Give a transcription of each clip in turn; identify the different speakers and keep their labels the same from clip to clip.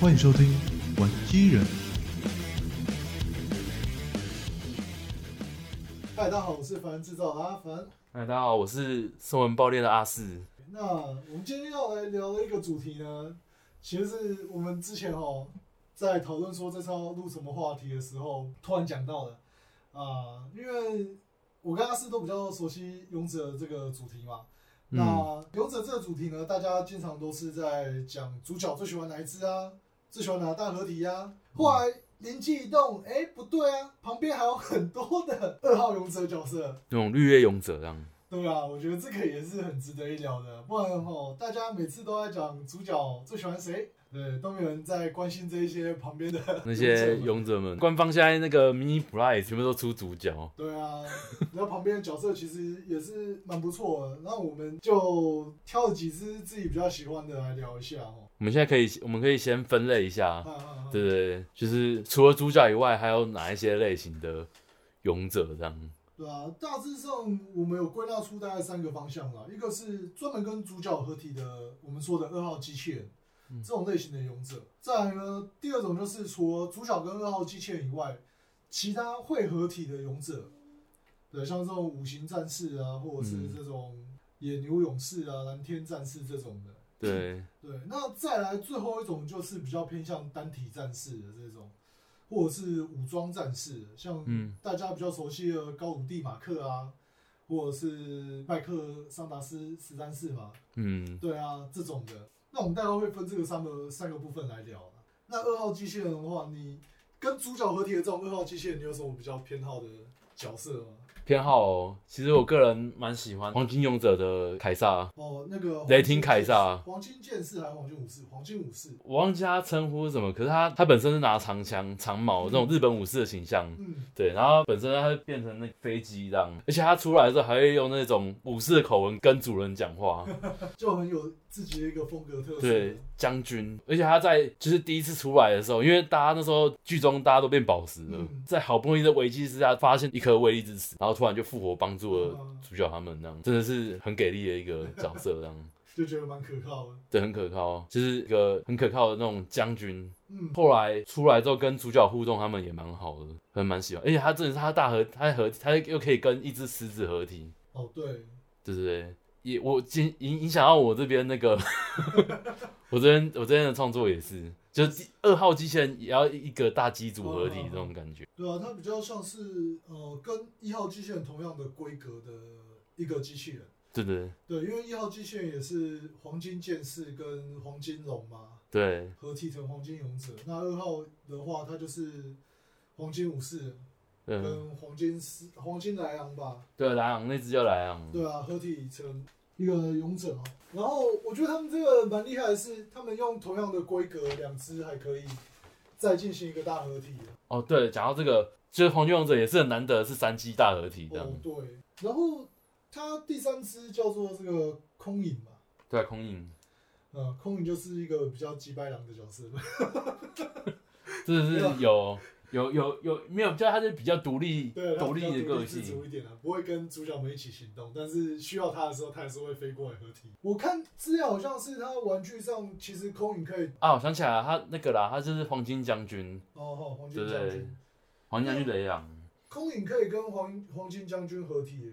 Speaker 1: 欢迎收听《玩机人》。
Speaker 2: 嗨，大家好，我是凡人制造的阿凡。
Speaker 3: 嗨，哎大家好，我是中文爆裂的阿四。
Speaker 2: 那我们今天要来聊的一个主题呢，其实是我们之前哦在讨论说这次要录什么话题的时候，突然讲到的啊、因为我跟阿四都比较熟悉勇者这个主题嘛。那勇者这个主题呢，大家经常都是在讲主角最喜欢哪一只啊，最喜欢哪大合体呀、啊。后来灵机一动，哎、不对啊，旁边还有很多的二号勇者角色。
Speaker 3: 那种绿叶勇者这样，
Speaker 2: 对啊，我觉得这个也是很值得一聊的，不然吼，大家每次都在讲主角最喜欢谁，对，都没有人在关心这一些旁边的
Speaker 3: 那些
Speaker 2: 读者们
Speaker 3: 勇者们，官方现在那个 mini play 全部都出主角，
Speaker 2: 对啊，然后旁边的角色其实也是蛮不错的，那我们就挑了几只自己比较喜欢的来聊一下哦。
Speaker 3: 我们现在可以，我们可以先分类一下
Speaker 2: 啊，啊啊
Speaker 3: 对对对，就是除了主角以外，还有哪一些类型的勇者这样？
Speaker 2: 对啊，大致上我们有归纳出大概三个方向啦，一个是专门跟主角合体的，我们说的二号机器人、这种类型的勇者。再来呢，第二种就是除了主角跟二号机器人以外，其他会合体的勇者，对，像这种五行战士啊，或者是
Speaker 3: 嗯
Speaker 2: 这种野牛勇士啊、蓝天战士这种的。
Speaker 3: 对，
Speaker 2: 对，那再来最后一种就是比较偏向单体战士的这种，或者是武装战士，像
Speaker 3: 嗯
Speaker 2: 大家比较熟悉的高武帝马克啊，或者是麦克桑达斯十三世嘛，
Speaker 3: 嗯，
Speaker 2: 对啊，这种的。那我们大概会分这个三个三个部分来聊啦那二号机器人的话，你跟主角合体的这种二号机器人，你有什么比较偏好的角色吗？
Speaker 3: 偏好哦。其实我个人蛮喜欢黄金勇者的凯撒，
Speaker 2: 哦，那个
Speaker 3: 雷霆凯撒啊
Speaker 2: 黄金剑士还是黄金武士？黄金武士，
Speaker 3: 我忘记他称呼是什么，可是他他本身是拿长枪、长矛这种日本武士的形象，
Speaker 2: 嗯，
Speaker 3: 对，然后本身它会变成那个飞机这样，而且它出来的时候还会用那种武士的口吻跟主人讲话，
Speaker 2: 就很有自己的一个风格特色。
Speaker 3: 对，将军。而且他在就是第一次出来的时候，因为大家那时候剧中大家都变宝石了，
Speaker 2: 嗯
Speaker 3: 在好不容易的危机之下发现一颗威力之石，然后突然就复活帮助了
Speaker 2: 嗯
Speaker 3: 主角他们，那样真的是很给力的一个角色，这样
Speaker 2: 就觉得蛮可靠的。
Speaker 3: 对，很可靠，就是一个很可靠的那种将军。
Speaker 2: 嗯，
Speaker 3: 后来出来之后跟主角互动，他们也蛮好的，很蛮喜欢。而且他真的是他大合，他合他又可以跟一只狮子合体，
Speaker 2: 哦对，
Speaker 3: 对对对，也我影影影响到我这边那个， 我这边我这边的创作也是，就是第二号机器人也要一个大机组
Speaker 2: 嗯
Speaker 3: 合体这种感觉。
Speaker 2: 对啊，它比较像是呃跟一号机器人同样的规格的一个机器人。
Speaker 3: 对对
Speaker 2: 对，因为一号机器人也是黄金剑士跟黄金龙嘛，
Speaker 3: 对
Speaker 2: 合体成黄金勇者。那二号的话，它就是黄金武士
Speaker 3: 对对
Speaker 2: 跟黄金狮、黄金莱昂吧。
Speaker 3: 对，莱昂那只叫莱昂，
Speaker 2: 对啊，合体成一个勇者哦。然后我觉得他们这个蛮厉害的是，他们用同样的规格，两只还可以再进行一个大合体啊。
Speaker 3: 哦对，讲到这个，就是黄金勇者也是很难得是三机大合体这样
Speaker 2: 哦，，对。然后它第三只叫做这个空影嘛，
Speaker 3: 对，啊空影，
Speaker 2: 呃，空影就是一个比较击败狼的角色。
Speaker 3: 真的
Speaker 2: 啊
Speaker 3: 是有。有有有没有？就他就比较独立
Speaker 2: 对，它啊
Speaker 3: 独
Speaker 2: 比
Speaker 3: 立
Speaker 2: 较
Speaker 3: 的
Speaker 2: 独
Speaker 3: 个
Speaker 2: 立自
Speaker 3: 性
Speaker 2: 主，一点啊，不会跟主角们一起行动，但是需要它的时候，它还是会飞过来合体。我看资料好像是它玩具上其实空影可以，
Speaker 3: 啊，我想起来了，他那个啦，他就是黄金将军，
Speaker 2: 哦哦，黄金
Speaker 3: 对
Speaker 2: 将
Speaker 3: 对
Speaker 2: 军，，
Speaker 3: 黄金将军雷昂，
Speaker 2: 空影可以跟黄黄金将军合体耶，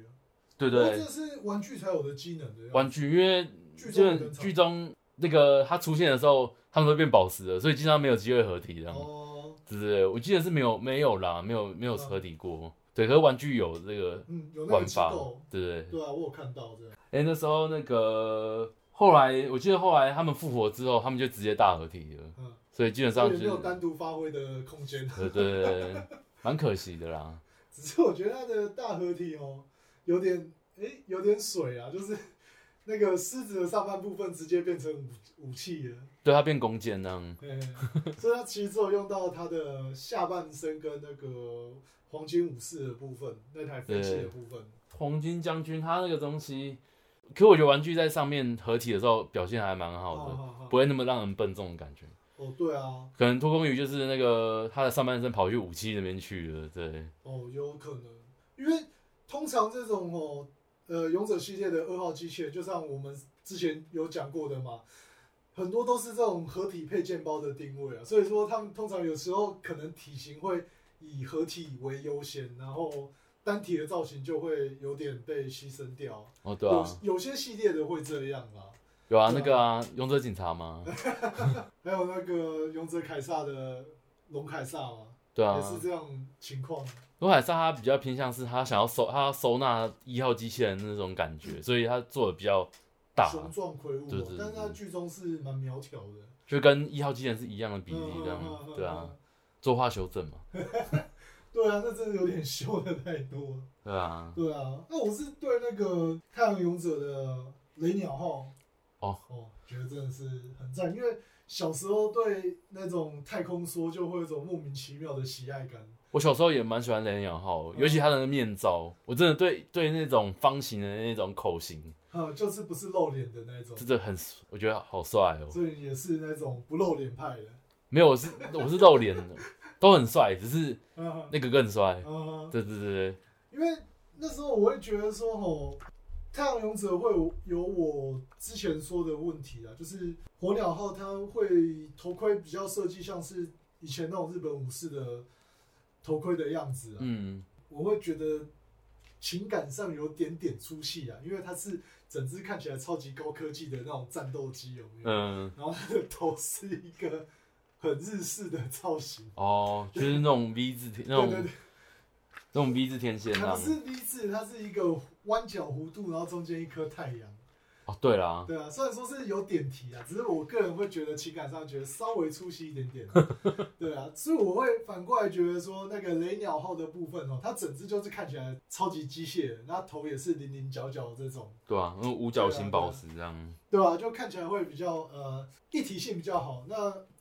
Speaker 3: 对
Speaker 2: 不过
Speaker 3: 对
Speaker 2: 这，是玩具才有的技能的。
Speaker 3: 玩具，因为
Speaker 2: 剧中
Speaker 3: 就
Speaker 2: 很正常
Speaker 3: 剧中那个他出现的时候，他们都变宝石了，所以经常没有机会合体这样，
Speaker 2: 哦，
Speaker 3: 对不对？我记得是没有没有啦，没有没有合体过。对，可是玩具有这个
Speaker 2: 嗯，有那个
Speaker 3: 玩
Speaker 2: 机
Speaker 3: 法
Speaker 2: 构，，
Speaker 3: 对不对？
Speaker 2: 对啊，我有看到这样。
Speaker 3: 哎、那时候那个后来，我记得后来他们复活之后，他们就直接大合体了，
Speaker 2: 嗯，
Speaker 3: 所以基本
Speaker 2: 所
Speaker 3: 上
Speaker 2: 以
Speaker 3: 就
Speaker 2: 也没
Speaker 3: 是
Speaker 2: 有单独发挥的空间，
Speaker 3: 对对对对，蛮可惜的啦。
Speaker 2: 只是我觉得它的大合体哦，有点诶、有点水啊，就是 那个狮子的上半部分直接变成武武器了，
Speaker 3: 对他变弓箭那样，
Speaker 2: 对，所以它其实只有用到它的下半身跟那个黄金武士的部分，那台飞机的部分。
Speaker 3: 黄金将军他那个东西，可我觉得玩具在上面合体的时候表现还蛮好的，
Speaker 2: 哦好
Speaker 3: 不会那么让人笨重的感觉。
Speaker 2: 哦，对啊，
Speaker 3: 可能托空鱼就是那个他的上半身跑去武器那边去了，对，
Speaker 2: 哦，有可能，因为通常这种哦，呃，勇者系列的二号机器人，就像我们之前有讲过的嘛，很多都是这种合体配件包的定位啊，所以说他们通常有时候可能体型会以合体为优先，然后单体的造型就会有点被牺牲掉。
Speaker 3: 哦， 对啊，
Speaker 2: 有有些系列的会这样啦，
Speaker 3: 有啊，那个啊，勇者警察吗？
Speaker 2: 还有那个勇者凯撒的龙凯撒嘛，
Speaker 3: 对啊
Speaker 2: 也，是这样情况。
Speaker 3: 罗海萨他比较偏向是他想要收他要收纳一号机器人那种感觉，所以他做的比较大，
Speaker 2: 雄壮魁梧
Speaker 3: 对
Speaker 2: 哦
Speaker 3: 对，对
Speaker 2: 但是它剧中是蛮苗条的，
Speaker 3: 就跟一号机器人是一样的比例
Speaker 2: 嗯
Speaker 3: 这样
Speaker 2: 嗯嗯，
Speaker 3: 对
Speaker 2: 嗯
Speaker 3: 啊
Speaker 2: 嗯，
Speaker 3: 作画修正嘛，
Speaker 2: 对啊，那真的有点修的太多了。
Speaker 3: 对啊，
Speaker 2: 对啊，那我是对那个太阳勇者的雷鸟号
Speaker 3: 哦
Speaker 2: 哦，觉得真的是很赞，因为小时候对那种太空梭就会有一种莫名其妙的喜爱感。
Speaker 3: 我小时候也蛮喜欢雷鸟号，尤其他的面罩，我真的对对那种方形的那种口型，
Speaker 2: 啊，就是不是露脸的那种，
Speaker 3: 真的很我觉得好帅哦。
Speaker 2: 所以也是那种不露脸派的。
Speaker 3: 没有，我是我是露脸的，都很帅，只是
Speaker 2: 嗯
Speaker 3: 那个更帅。
Speaker 2: 嗯，
Speaker 3: 对对对对，
Speaker 2: 因为那时候我会觉得说，吼，太阳勇者会有有我之前说的问题啊，就是火鸟号它会头盔比较设计像是以前那种日本武士的头盔的样子啊，
Speaker 3: 嗯，
Speaker 2: 我会觉得情感上有点点出戏啊，因为它是整只看起来超级高科技的那种战斗机，有 没有？
Speaker 3: 嗯，
Speaker 2: 然后它的头是一个很日式的造型，
Speaker 3: 哦，就是那种 V 字
Speaker 2: 对
Speaker 3: 那种
Speaker 2: 对对。
Speaker 3: 那种 V 字天线
Speaker 2: 它
Speaker 3: 啊
Speaker 2: 不。是 V 字，它是一个弯角弧度，然后中间一颗太阳。
Speaker 3: 哦，对啦，
Speaker 2: 对啊，虽然说是有点题啊，只是我个人会觉得情感上觉得稍微出戏一点点。对啊，所以我会反过来觉得说，那个雷鸟号的部分哦，它整只就是看起来超级机械的，那头也是棱棱角角的这种，
Speaker 3: 对啊，那种五角星宝石这样。
Speaker 2: 对吧、就看起来会比较呃一体性比较好。那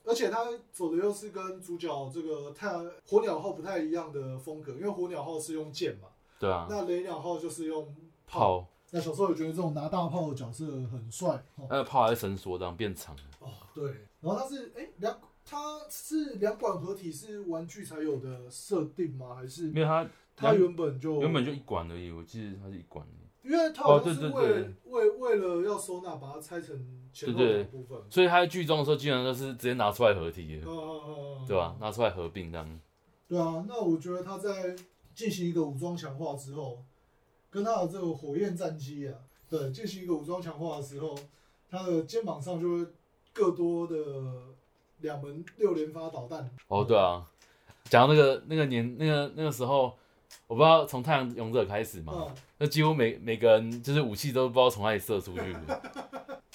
Speaker 2: 而且它走的又是跟主角这个太火鸟号不太一样的风格，因为火鸟号是用剑嘛，
Speaker 3: 对啊，
Speaker 2: 那雷鸟号就是用炮。
Speaker 3: 炮，
Speaker 2: 那小时候也觉得这种拿大炮的角色很帅哦。
Speaker 3: 那个呃炮还会伸缩这样变长。
Speaker 2: 哦，对。然后它是哎两，它是两管合体是玩具才有的设定吗？还是
Speaker 3: 没有它
Speaker 2: 它原本就
Speaker 3: 原本就一管而已，我记得它是一管而已，
Speaker 2: 因为它好像
Speaker 3: 哦
Speaker 2: 是
Speaker 3: 对对
Speaker 2: 为了、
Speaker 3: 对
Speaker 2: 为为了要收纳，把它拆成前后两部分。
Speaker 3: 所以它在剧中的时候基本上都是直接拿出来合体的，
Speaker 2: 呃，
Speaker 3: 对啊吧？？拿出来合并这样。
Speaker 2: 对啊，那我觉得它在进行一个武装强化之后，跟它的这个火焰战机啊，对，进行一个武装强化的时候，它的肩膀上就会各多的两门六连发导弹。
Speaker 3: 哦，对啊，讲到那个那个年那个那个时候，我不知道从太阳勇者开始嘛，
Speaker 2: 嗯，
Speaker 3: 那几乎每每个人就是武器都不知道从哪里射出 去的，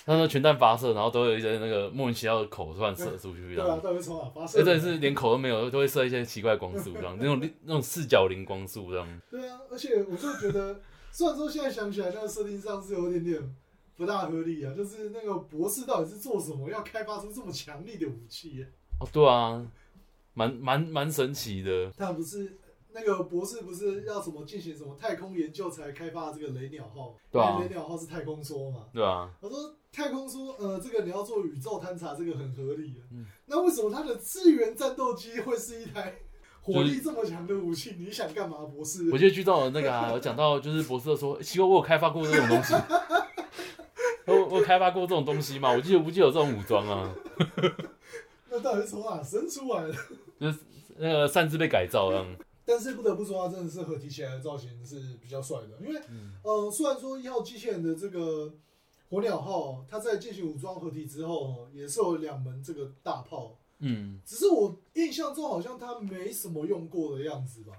Speaker 3: 那时候全弹发射，然后都有一些那个莫名其妙的口突然射出去
Speaker 2: 对
Speaker 3: 这
Speaker 2: 啊，
Speaker 3: 样。
Speaker 2: 到底是从哪发射
Speaker 3: 哎，
Speaker 2: 的？
Speaker 3: 对，是连口都没有，都会射一些奇怪的光束，这样 那种那种四角灵光束这样。
Speaker 2: 对啊，而且我就觉 得，虽然说现在想起来那个设定上是有点点不大合理啊，就是那个博士到底是做什么，要开发出这么强力的武器、耶
Speaker 3: 哦，对啊，蛮蛮蛮神奇的。
Speaker 2: 他不是那个博士不是要什么进行什么太空研究才开发这个雷鸟号？
Speaker 3: 对啊
Speaker 2: 因为雷鸟号是太空梭嘛。
Speaker 3: 对啊，
Speaker 2: 我说太空梭，呃，这个你要做宇宙探查，这个很合理啊。
Speaker 3: 嗯
Speaker 2: 那为什么它的支援战斗机会是一台火力这么强的武器？你想干嘛，博士
Speaker 3: 我？记得剧照有那个啊，有讲到就是博士说，欸奇怪，我有开发过这种 东西，我我有开发过这种东西嘛？我记得不记得有这种武装啊？
Speaker 2: 那到底是从哪生出来的？
Speaker 3: 那个擅自被改造这样。
Speaker 2: 但是不得不说，它真的是合体起来的造型是比较帅的。因为，
Speaker 3: 嗯
Speaker 2: 呃，虽然说一号机器人的这个火鸟号，它在进行武装合体之后，也是有两门这个大炮，
Speaker 3: 嗯，
Speaker 2: 只是我印象中好像它没什么用过的样子吧，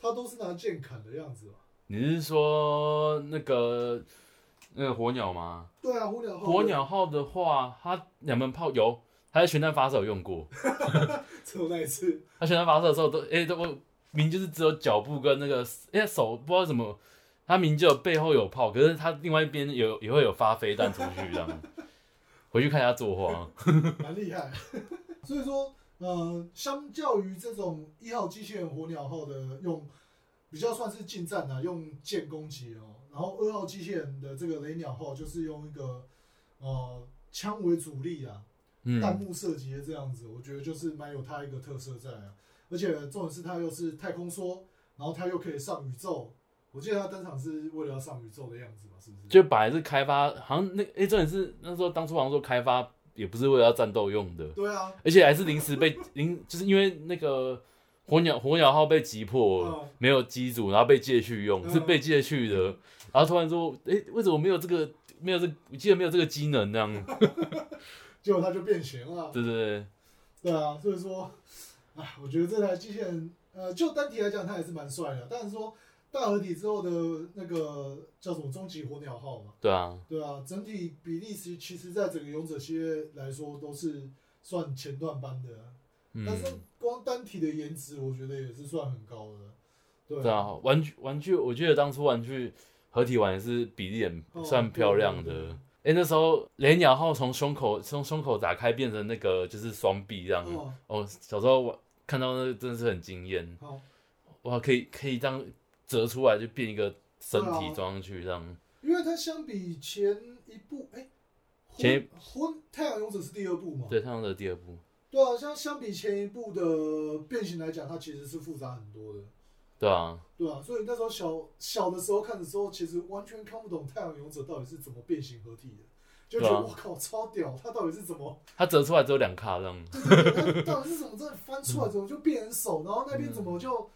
Speaker 2: 它都是拿剑砍的样子吧。
Speaker 3: 你是说那个那个火鸟吗？
Speaker 2: 对啊，火鸟号，
Speaker 3: 火 鸟号的话，它两门炮有，它在全弹发射有用过。
Speaker 2: 只有那一次，
Speaker 3: 它全弹发射的时候都，哎、都我明明就是只有脚步跟那个，哎、手不知道怎么，它明明就有背后有炮，可是它另外一边有也会有发飞弹出去这样。回去看一下作画。啊
Speaker 2: 蛮厉害。 所以说，呃，相较于这种一号机器人火鸟号的用，比较算是近战啊，用剑攻击哦。然后二号机器人的这个雷鸟号就是用一个呃枪为主力啊，
Speaker 3: 嗯，
Speaker 2: 弹幕射击的这样子，我觉得就是蛮有它一个特色在啊。而且重点是它又是太空梭，然后它又可以上宇宙。我记得它登场是为了要上宇宙的样子嘛，是不是？
Speaker 3: 就本来是开发，好像那哎，重点是那时候当初好像说开发也不是为了要战斗用的，
Speaker 2: 对啊，
Speaker 3: 而且还是临时被临，就是因为那个火鸟火鸟号被击破了，
Speaker 2: 嗯
Speaker 3: 没有机组，然后被借去用，
Speaker 2: 嗯
Speaker 3: 是被借去的，然后突然说，哎、为什么没有这个没有这我记得没有这个机能那样？
Speaker 2: 嗯结果它就变形了。啊
Speaker 3: 对对对，
Speaker 2: 对啊，所以说，哎，我觉得这台机器人，呃，就单体来讲，它也是蛮帅的。但是说大合体之后的那个叫什么终极火鸟号嘛，
Speaker 3: 对啊，
Speaker 2: 对啊，整体比例其其实在整个勇者系列来说都是算前段班的啊、
Speaker 3: 嗯，
Speaker 2: 但是光单体的颜值，我觉得也是算很高的。对
Speaker 3: 对啊，玩具玩具，我记得当初玩具合体玩也是比例
Speaker 2: 哦
Speaker 3: 很算漂亮
Speaker 2: 对对对
Speaker 3: 的。哎、那时候雷鸟号从胸口从胸口打开变成那个就是双臂这样，
Speaker 2: 哦，
Speaker 3: 哦，小时候我看到那个真的是很惊艳，
Speaker 2: 好，
Speaker 3: 哇，可以可以这样折出来就变一个身
Speaker 2: 对啊
Speaker 3: 体装上去这样，
Speaker 2: 因为它相比前一部，哎、
Speaker 3: 前
Speaker 2: 婚婚太阳勇者是第二部嘛？
Speaker 3: 对，太阳的第二部，
Speaker 2: 对啊，像相比前一部的变形来讲，它其实是复杂很多的，
Speaker 3: 对啊，
Speaker 2: 对啊，所以那时候小小的时候看的时候，其实完全看不懂太阳勇者到底是怎么变形合体的，就觉得
Speaker 3: 对啊
Speaker 2: 我靠超屌，他到底是怎么，
Speaker 3: 它折出来只有两卡这样，
Speaker 2: 他到底是怎么真的翻出来，怎么就变成手，然后那边怎么就，
Speaker 3: 嗯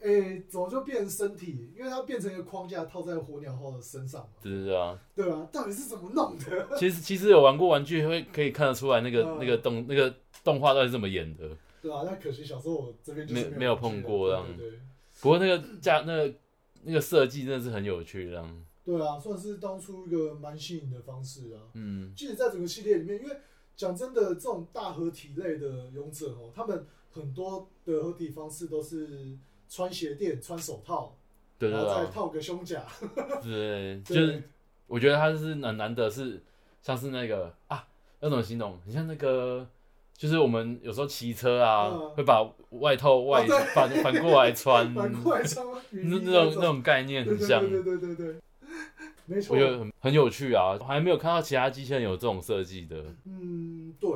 Speaker 2: 诶、怎么就变成身体，因为它变成一个框架套在火鸟号的身上嘛，
Speaker 3: 对对对啊，
Speaker 2: 对啊，到底是怎么弄的？
Speaker 3: 其实其实有玩过玩具会可以看得出来那个、
Speaker 2: 嗯
Speaker 3: 那个动那个动画到底是怎么演的，
Speaker 2: 对啊，那可惜小时候我这边就是
Speaker 3: 没
Speaker 2: 有
Speaker 3: 没有碰过
Speaker 2: 这
Speaker 3: 这
Speaker 2: 样，
Speaker 3: 样
Speaker 2: 对对
Speaker 3: 不过那个架那个那个设计真的是很有趣这样，
Speaker 2: 对对啊，算是当初一个蛮新颖的方式啊。
Speaker 3: 嗯，
Speaker 2: 即使在整个系列里面，因为讲真的，这种大合体类的勇者哦，他们很多的合体方式都是穿鞋垫、穿手套，
Speaker 3: 对对
Speaker 2: 然后
Speaker 3: 对
Speaker 2: 再
Speaker 3: 啊，
Speaker 2: 套个胸甲，
Speaker 3: 对，就
Speaker 2: 对
Speaker 3: 是我觉得它是很难得是像是那个啊，那种形容？你像那个，就是我们有时候骑车啊，
Speaker 2: 嗯
Speaker 3: 会把外套外、
Speaker 2: 哦对
Speaker 3: 反反过来穿，那
Speaker 2: 反过来穿雨衣
Speaker 3: 那种嗯那
Speaker 2: 种，
Speaker 3: 种概念
Speaker 2: 对
Speaker 3: 很
Speaker 2: 对
Speaker 3: 像
Speaker 2: 对，对对对对，没错
Speaker 3: 我觉，得很很有趣啊，我还没有看到其他机器人有这种设计的，
Speaker 2: 嗯，对，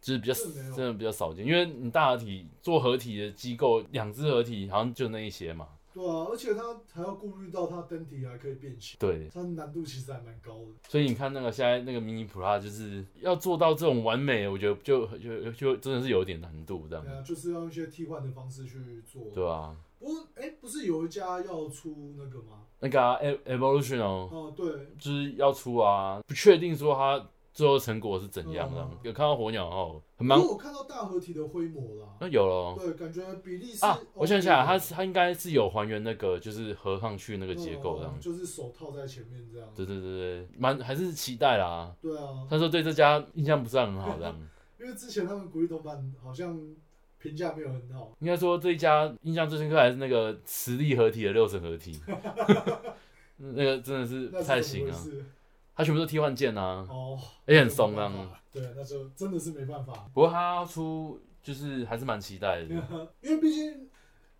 Speaker 3: 就是比较
Speaker 2: 是没有
Speaker 3: 真的比较少见，因为你大合体做合体的机构，两只合体好像就那一些嘛，
Speaker 2: 对啊，而且他还要顾虑到他单体还可以变形，
Speaker 3: 对，
Speaker 2: 它难度其实还蛮高的。
Speaker 3: 所以你看那个现在那个迷你普拉，就是要做到这种完美，我觉得就就就就真的是有点难度这样
Speaker 2: 对，啊，就是要用一些替换的方式去做。
Speaker 3: 嗯对啊，
Speaker 2: 不过，哎、不是有一家要出那个吗？
Speaker 3: 那个、啊、E- Evolution 哦，
Speaker 2: 哦，对，
Speaker 3: 就是要出啊，不确定说它最后成果是怎样的、
Speaker 2: 嗯
Speaker 3: 有看到火鸟哦，很
Speaker 2: 不
Speaker 3: 忙，
Speaker 2: 过我看到大合体的规模啦，
Speaker 3: 那、有了哦
Speaker 2: 对，感觉比哦例是
Speaker 3: 啊
Speaker 2: OK 的。，
Speaker 3: 我想起来，它是它应该是有还原那个就是合上去那个结构这样
Speaker 2: 嗯，就是手套在前面这样。
Speaker 3: 对对对对，蛮还是期待啦。
Speaker 2: 对啊，
Speaker 3: 他说对这家印象不是很好，这样
Speaker 2: 因为之前他们古力铜板好像评价没有很好，
Speaker 3: 应该说这一家印象最深刻还是那个磁力合体的六神 合体，那个真的是
Speaker 2: 那
Speaker 3: 不
Speaker 2: 是
Speaker 3: 太
Speaker 2: 怎
Speaker 3: 行
Speaker 2: 么回
Speaker 3: 啊，
Speaker 2: 事
Speaker 3: 它全部都替换件啊，
Speaker 2: 哦，
Speaker 3: 而且很松
Speaker 2: 那就
Speaker 3: 啊
Speaker 2: 没。办法。对，那就真的是没办法，
Speaker 3: 不过他要出就是还是蛮期待的，
Speaker 2: 因为毕竟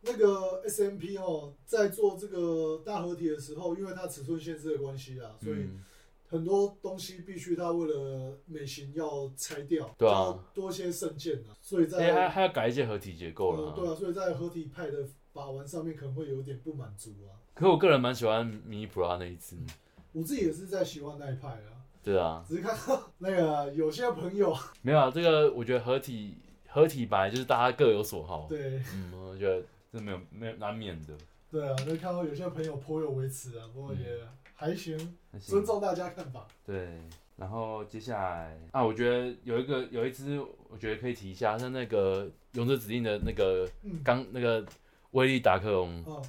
Speaker 2: 那个 SMP 哦，在做这个大合体的时候，因为它尺寸限制的关系啊，所以
Speaker 3: 嗯，
Speaker 2: 很多东西必须它为了美型要拆掉，
Speaker 3: 对啊
Speaker 2: 要多一些圣剑啊，所以
Speaker 3: 而且还
Speaker 2: 在、
Speaker 3: 还哎要改一些合体结构
Speaker 2: 呃、对
Speaker 3: 了。
Speaker 2: 啊，所以在合体派的把玩上面可能会有点不满足啊。
Speaker 3: 可我个人蛮喜欢迷普拉那一只，
Speaker 2: 嗯我自己也是在喜欢那一派啊，
Speaker 3: 对啊，
Speaker 2: 只是看到那个有些朋友
Speaker 3: 没有啊，这个我觉得合体合体本来就是大家各有所好，
Speaker 2: 对
Speaker 3: 嗯，我觉得这没有没有难免的，
Speaker 2: 对啊，就看到有些朋友颇有微词啊，不过
Speaker 3: 嗯
Speaker 2: 也还行，
Speaker 3: 那行
Speaker 2: 尊重大家看法。
Speaker 3: 对，然后接下来啊，我觉得有一个有一只，我觉得可以提一下，像那个《勇者指定》的那个
Speaker 2: 嗯，
Speaker 3: 刚那个威力达克翁
Speaker 2: 哦，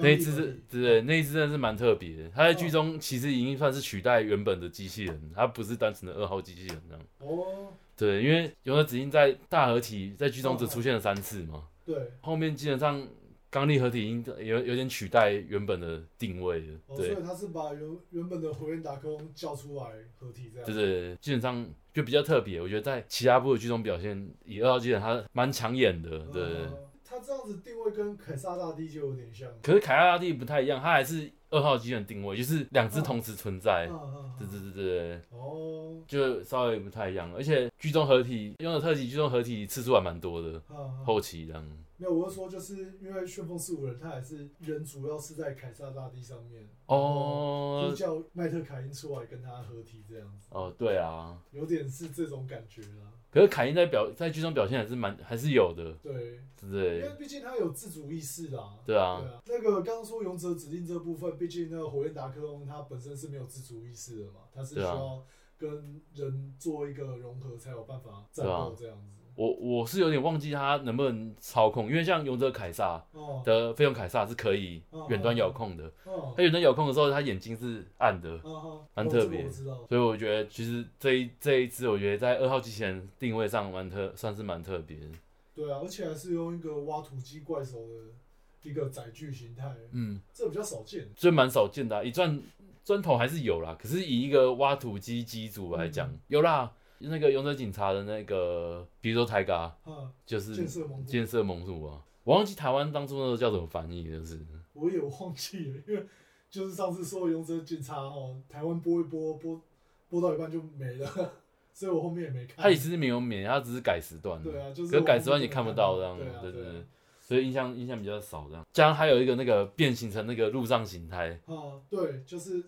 Speaker 3: 那一只
Speaker 2: 刚
Speaker 3: 是
Speaker 2: 立，哦
Speaker 3: 对对，那一只真的是蛮特别的。它在剧中其实已经算是取代原本的机器人，它不是单纯的二号机器人这样。
Speaker 2: 马哦，
Speaker 3: 对，因为《勇者指定》在大合体在剧中只出现了三次嘛，
Speaker 2: 对，
Speaker 3: 后面基本上刚力合体已经有有点取代原本的定位了。
Speaker 2: 哦，所
Speaker 3: 对
Speaker 2: 以，他是把原原本的火焰达空叫出来合体这样
Speaker 3: 对。对对，基本上就比较
Speaker 2: 哦
Speaker 3: 特别。我觉得在其他部的剧中表现，以二号机人他蛮抢眼的，对。
Speaker 2: 呃他这样样子定位跟凯撒大帝就有点像。
Speaker 3: 可是凯撒大帝不太一样，他还是二号机的定位，就是两只
Speaker 2: 嗯
Speaker 3: 同时存在
Speaker 2: 嗯。嗯
Speaker 3: 对
Speaker 2: 嗯
Speaker 3: 对对对对，
Speaker 2: 哦，
Speaker 3: 就稍微不太一样，而且剧中合体用的特技，剧中合体次数还蛮多的，
Speaker 2: 嗯嗯
Speaker 3: 后期这样。
Speaker 2: 没有，我是说，就是因为旋风四五人，他还是人主要是在凯撒大帝上面，就
Speaker 3: 哦
Speaker 2: 是叫麦特凯因出来跟他合体这样子，
Speaker 3: 哦，对啊，
Speaker 2: 有点是这种感觉啦。
Speaker 3: 可是凯因在表在剧中表现还是蛮还是有的，
Speaker 2: 对，
Speaker 3: 对不
Speaker 2: 因
Speaker 3: 对
Speaker 2: 为？毕竟他有自主意识啦。
Speaker 3: 对啊，
Speaker 2: 对啊，那个刚刚说勇者指定这部分，毕竟那个火焰达克翁他本身是没有自主意识的嘛，他是需
Speaker 3: 对啊
Speaker 2: 要跟人做一个融合才有办法战
Speaker 3: 啊
Speaker 2: 斗这样子。
Speaker 3: 我我是有点忘记他能不能操控，因为像勇者凯撒
Speaker 2: 哦，
Speaker 3: 的费用凯撒是可以
Speaker 2: 嗯
Speaker 3: 远端遥控的，
Speaker 2: 哦，
Speaker 3: 他远端遥控的时候，他眼睛是暗的，
Speaker 2: 啊哈，
Speaker 3: 蛮
Speaker 2: 哦
Speaker 3: 特
Speaker 2: 这个
Speaker 3: 别
Speaker 2: 我知道。
Speaker 3: 所以我觉得其实这一这一支，我觉得在二号机器人定位上蛮特，算是蛮特别的。
Speaker 2: 对啊，而且还是用一个挖土机怪手的一个载具形态，
Speaker 3: 嗯，
Speaker 2: 这比较少见。
Speaker 3: 所以蛮少见的、啊，一钻砖头还是有啦，可是以一个挖土机机组来讲，
Speaker 2: 嗯
Speaker 3: 有啦，那个勇者警察的那个，比如说泰嘎，
Speaker 2: 啊，
Speaker 3: 就是
Speaker 2: 建设蒙古，
Speaker 3: 建设盟主啊，我忘记台湾当初那个叫什么翻译，就是
Speaker 2: 我也忘记了，因为就是上次说勇者警察哦，台湾播一播播播到一半就没了， 所以我后面也没看。
Speaker 3: 它也其实没有免，它只是改时段，
Speaker 2: 对啊，就是
Speaker 3: 可是
Speaker 2: 我
Speaker 3: 改时段
Speaker 2: 们
Speaker 3: 也
Speaker 2: 不
Speaker 3: 看不
Speaker 2: 能
Speaker 3: 到这样，
Speaker 2: 对啊，
Speaker 3: 对
Speaker 2: 对
Speaker 3: 对
Speaker 2: 啊，，
Speaker 3: 所以印象印象比较少这样。加上还有一个那个变形成那个路上形态，
Speaker 2: 啊，对，就是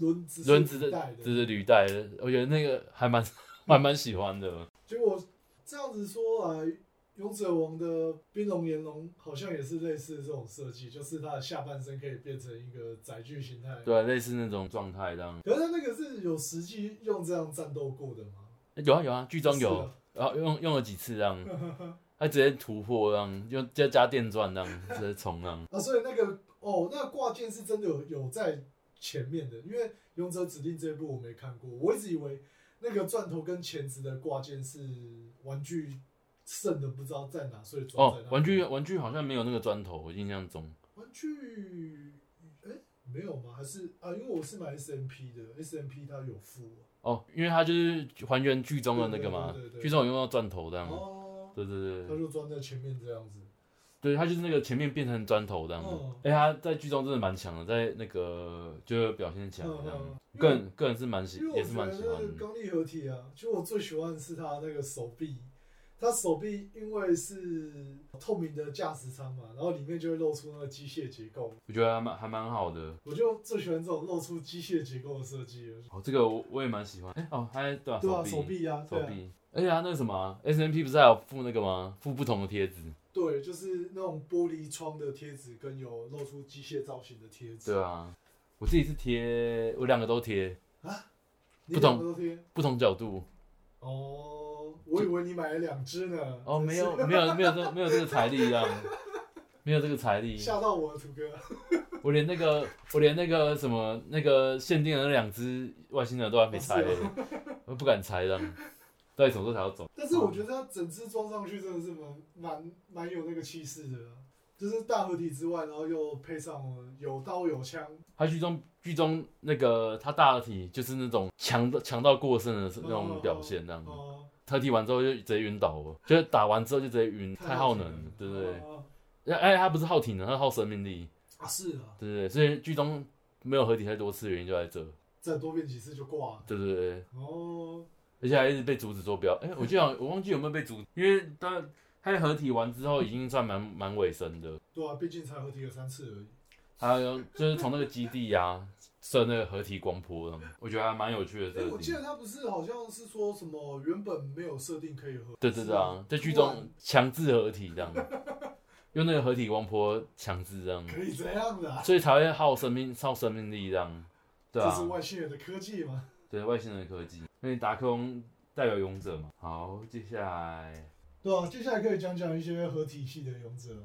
Speaker 2: 轮子
Speaker 3: 轮子
Speaker 2: 的
Speaker 3: 的
Speaker 2: 带
Speaker 3: 就是履带，我觉得那个还蛮 还蛮喜欢的，
Speaker 2: 结果这样子说来，勇者王的冰龙炎龙好像也是类似这种设计，就是它的下半身可以变成一个载具形态。
Speaker 3: 对啊、类似那种状态这样。
Speaker 2: 可是它那个是有实际用这样战斗过的吗？
Speaker 3: 有啊有啊，剧中
Speaker 2: 是
Speaker 3: 有
Speaker 2: 啊，
Speaker 3: 然后用用了几次这样，他直接突破这样，用再加电钻 这样，直接冲这样。
Speaker 2: 啊，所以那个哦，那个挂件是真的有有在前面的，因为《勇者指定》这一部我没看过，我一直以为那个钻头跟钳子的挂件是玩具剩的，不知道在哪，所以装在
Speaker 3: 哦
Speaker 2: 那，
Speaker 3: 玩具玩具好像没有那个砖头，我印象中。
Speaker 2: 玩具，哎、没有吗？还是啊，因为我是买 SMP 的，SMP 它有啊附
Speaker 3: 哦，因为它就是还原剧中的那个嘛
Speaker 2: 对对对对，对
Speaker 3: 剧中有用到钻头这样。
Speaker 2: 哦，
Speaker 3: 对对
Speaker 2: 它
Speaker 3: 对，
Speaker 2: 就装在前面这样子。
Speaker 3: 对，它就是那个前面变成砖头这样。
Speaker 2: 哦
Speaker 3: 哎、它在剧中真的蛮强的，在那个就是表现起来这
Speaker 2: 嗯嗯
Speaker 3: 样
Speaker 2: 嗯。
Speaker 3: 个人个人是蛮喜
Speaker 2: 因为，我
Speaker 3: 也是
Speaker 2: 觉得
Speaker 3: 蛮喜欢
Speaker 2: 那个
Speaker 3: 的。
Speaker 2: 刚力合体啊，其实我最喜欢的是它那个手臂，它手臂因为是透明的驾驶舱嘛，然后里面就会露出那个机械结构，
Speaker 3: 我觉得还蛮还蛮好的。
Speaker 2: 我就最喜欢这种露出机械结构的设计了。
Speaker 3: 哦，这个我我也蛮喜欢。哎、哦，还对啊，
Speaker 2: 对啊，
Speaker 3: 臂
Speaker 2: 手臂啊，对
Speaker 3: 手
Speaker 2: 啊，
Speaker 3: 臂。而且它那个什么啊、S M P 不是还有附那个吗？附不同的贴纸。
Speaker 2: 对，就是那种玻璃窗的贴纸，跟有露出机械造型的贴纸，
Speaker 3: 对啊，我自己是贴，我两个都贴，
Speaker 2: 你
Speaker 3: 不懂
Speaker 2: 两个都贴。
Speaker 3: 不同角度。
Speaker 2: 哦，我以为你买了两只呢。
Speaker 3: 哦，
Speaker 2: 真
Speaker 3: 没
Speaker 2: 是啊
Speaker 3: 有没有没有这没有这个财 力这样，没有这个财力。
Speaker 2: 吓到我了，土哥。
Speaker 3: 我连那个我连那个什么那个限定的那两只外星人都还没拆、
Speaker 2: 哦
Speaker 3: 我不敢拆这样。到底什么时候才要走？
Speaker 2: 但是我觉得它整只装上去真的是蛮蛮蛮有那个气势的啊，就是大合体之外，然后又配上了有刀有枪，
Speaker 3: 他剧中剧中那个他大体就是那种强到强到过剩的那种表现，这样。
Speaker 2: 哦、
Speaker 3: 他踢完之后就直接晕倒了， 就是打完之后就直接晕，太耗能了，对不对？哎，他不是耗体能，他耗生命力，
Speaker 2: 哦啊，是啊，
Speaker 3: 对不对？所以剧中没有合体太多次，原因就在这，
Speaker 2: 再多变几次就挂了。
Speaker 3: 对不对？
Speaker 2: 哦，
Speaker 3: 而且还一直被阻止坐标。哎、我记得好像我忘记有没有被阻，因为他他合体完之后已经算蛮蛮尾声的，
Speaker 2: 对啊，毕竟才合体了三次而已。
Speaker 3: 还有就是从那个基地啊射那个合体光波了，我觉得还蛮有趣的
Speaker 2: 哎、
Speaker 3: 设
Speaker 2: 我记
Speaker 3: 定
Speaker 2: 得。他不是好像是说什么原本没有设定可以合，
Speaker 3: 对对对啊，在剧
Speaker 2: 突
Speaker 3: 中
Speaker 2: 然
Speaker 3: 强制合体这样，用那个合体光波强制这样，
Speaker 2: 可以这样的、啊，
Speaker 3: 所以才会耗生命耗生命力这样。对
Speaker 2: 这是
Speaker 3: 啊，
Speaker 2: 外星人的科技嘛。
Speaker 3: 对外星人的科技，因为达克翁代表勇者嘛。好，接下来
Speaker 2: 对啊，接下来可以讲讲一些合体系的勇者了。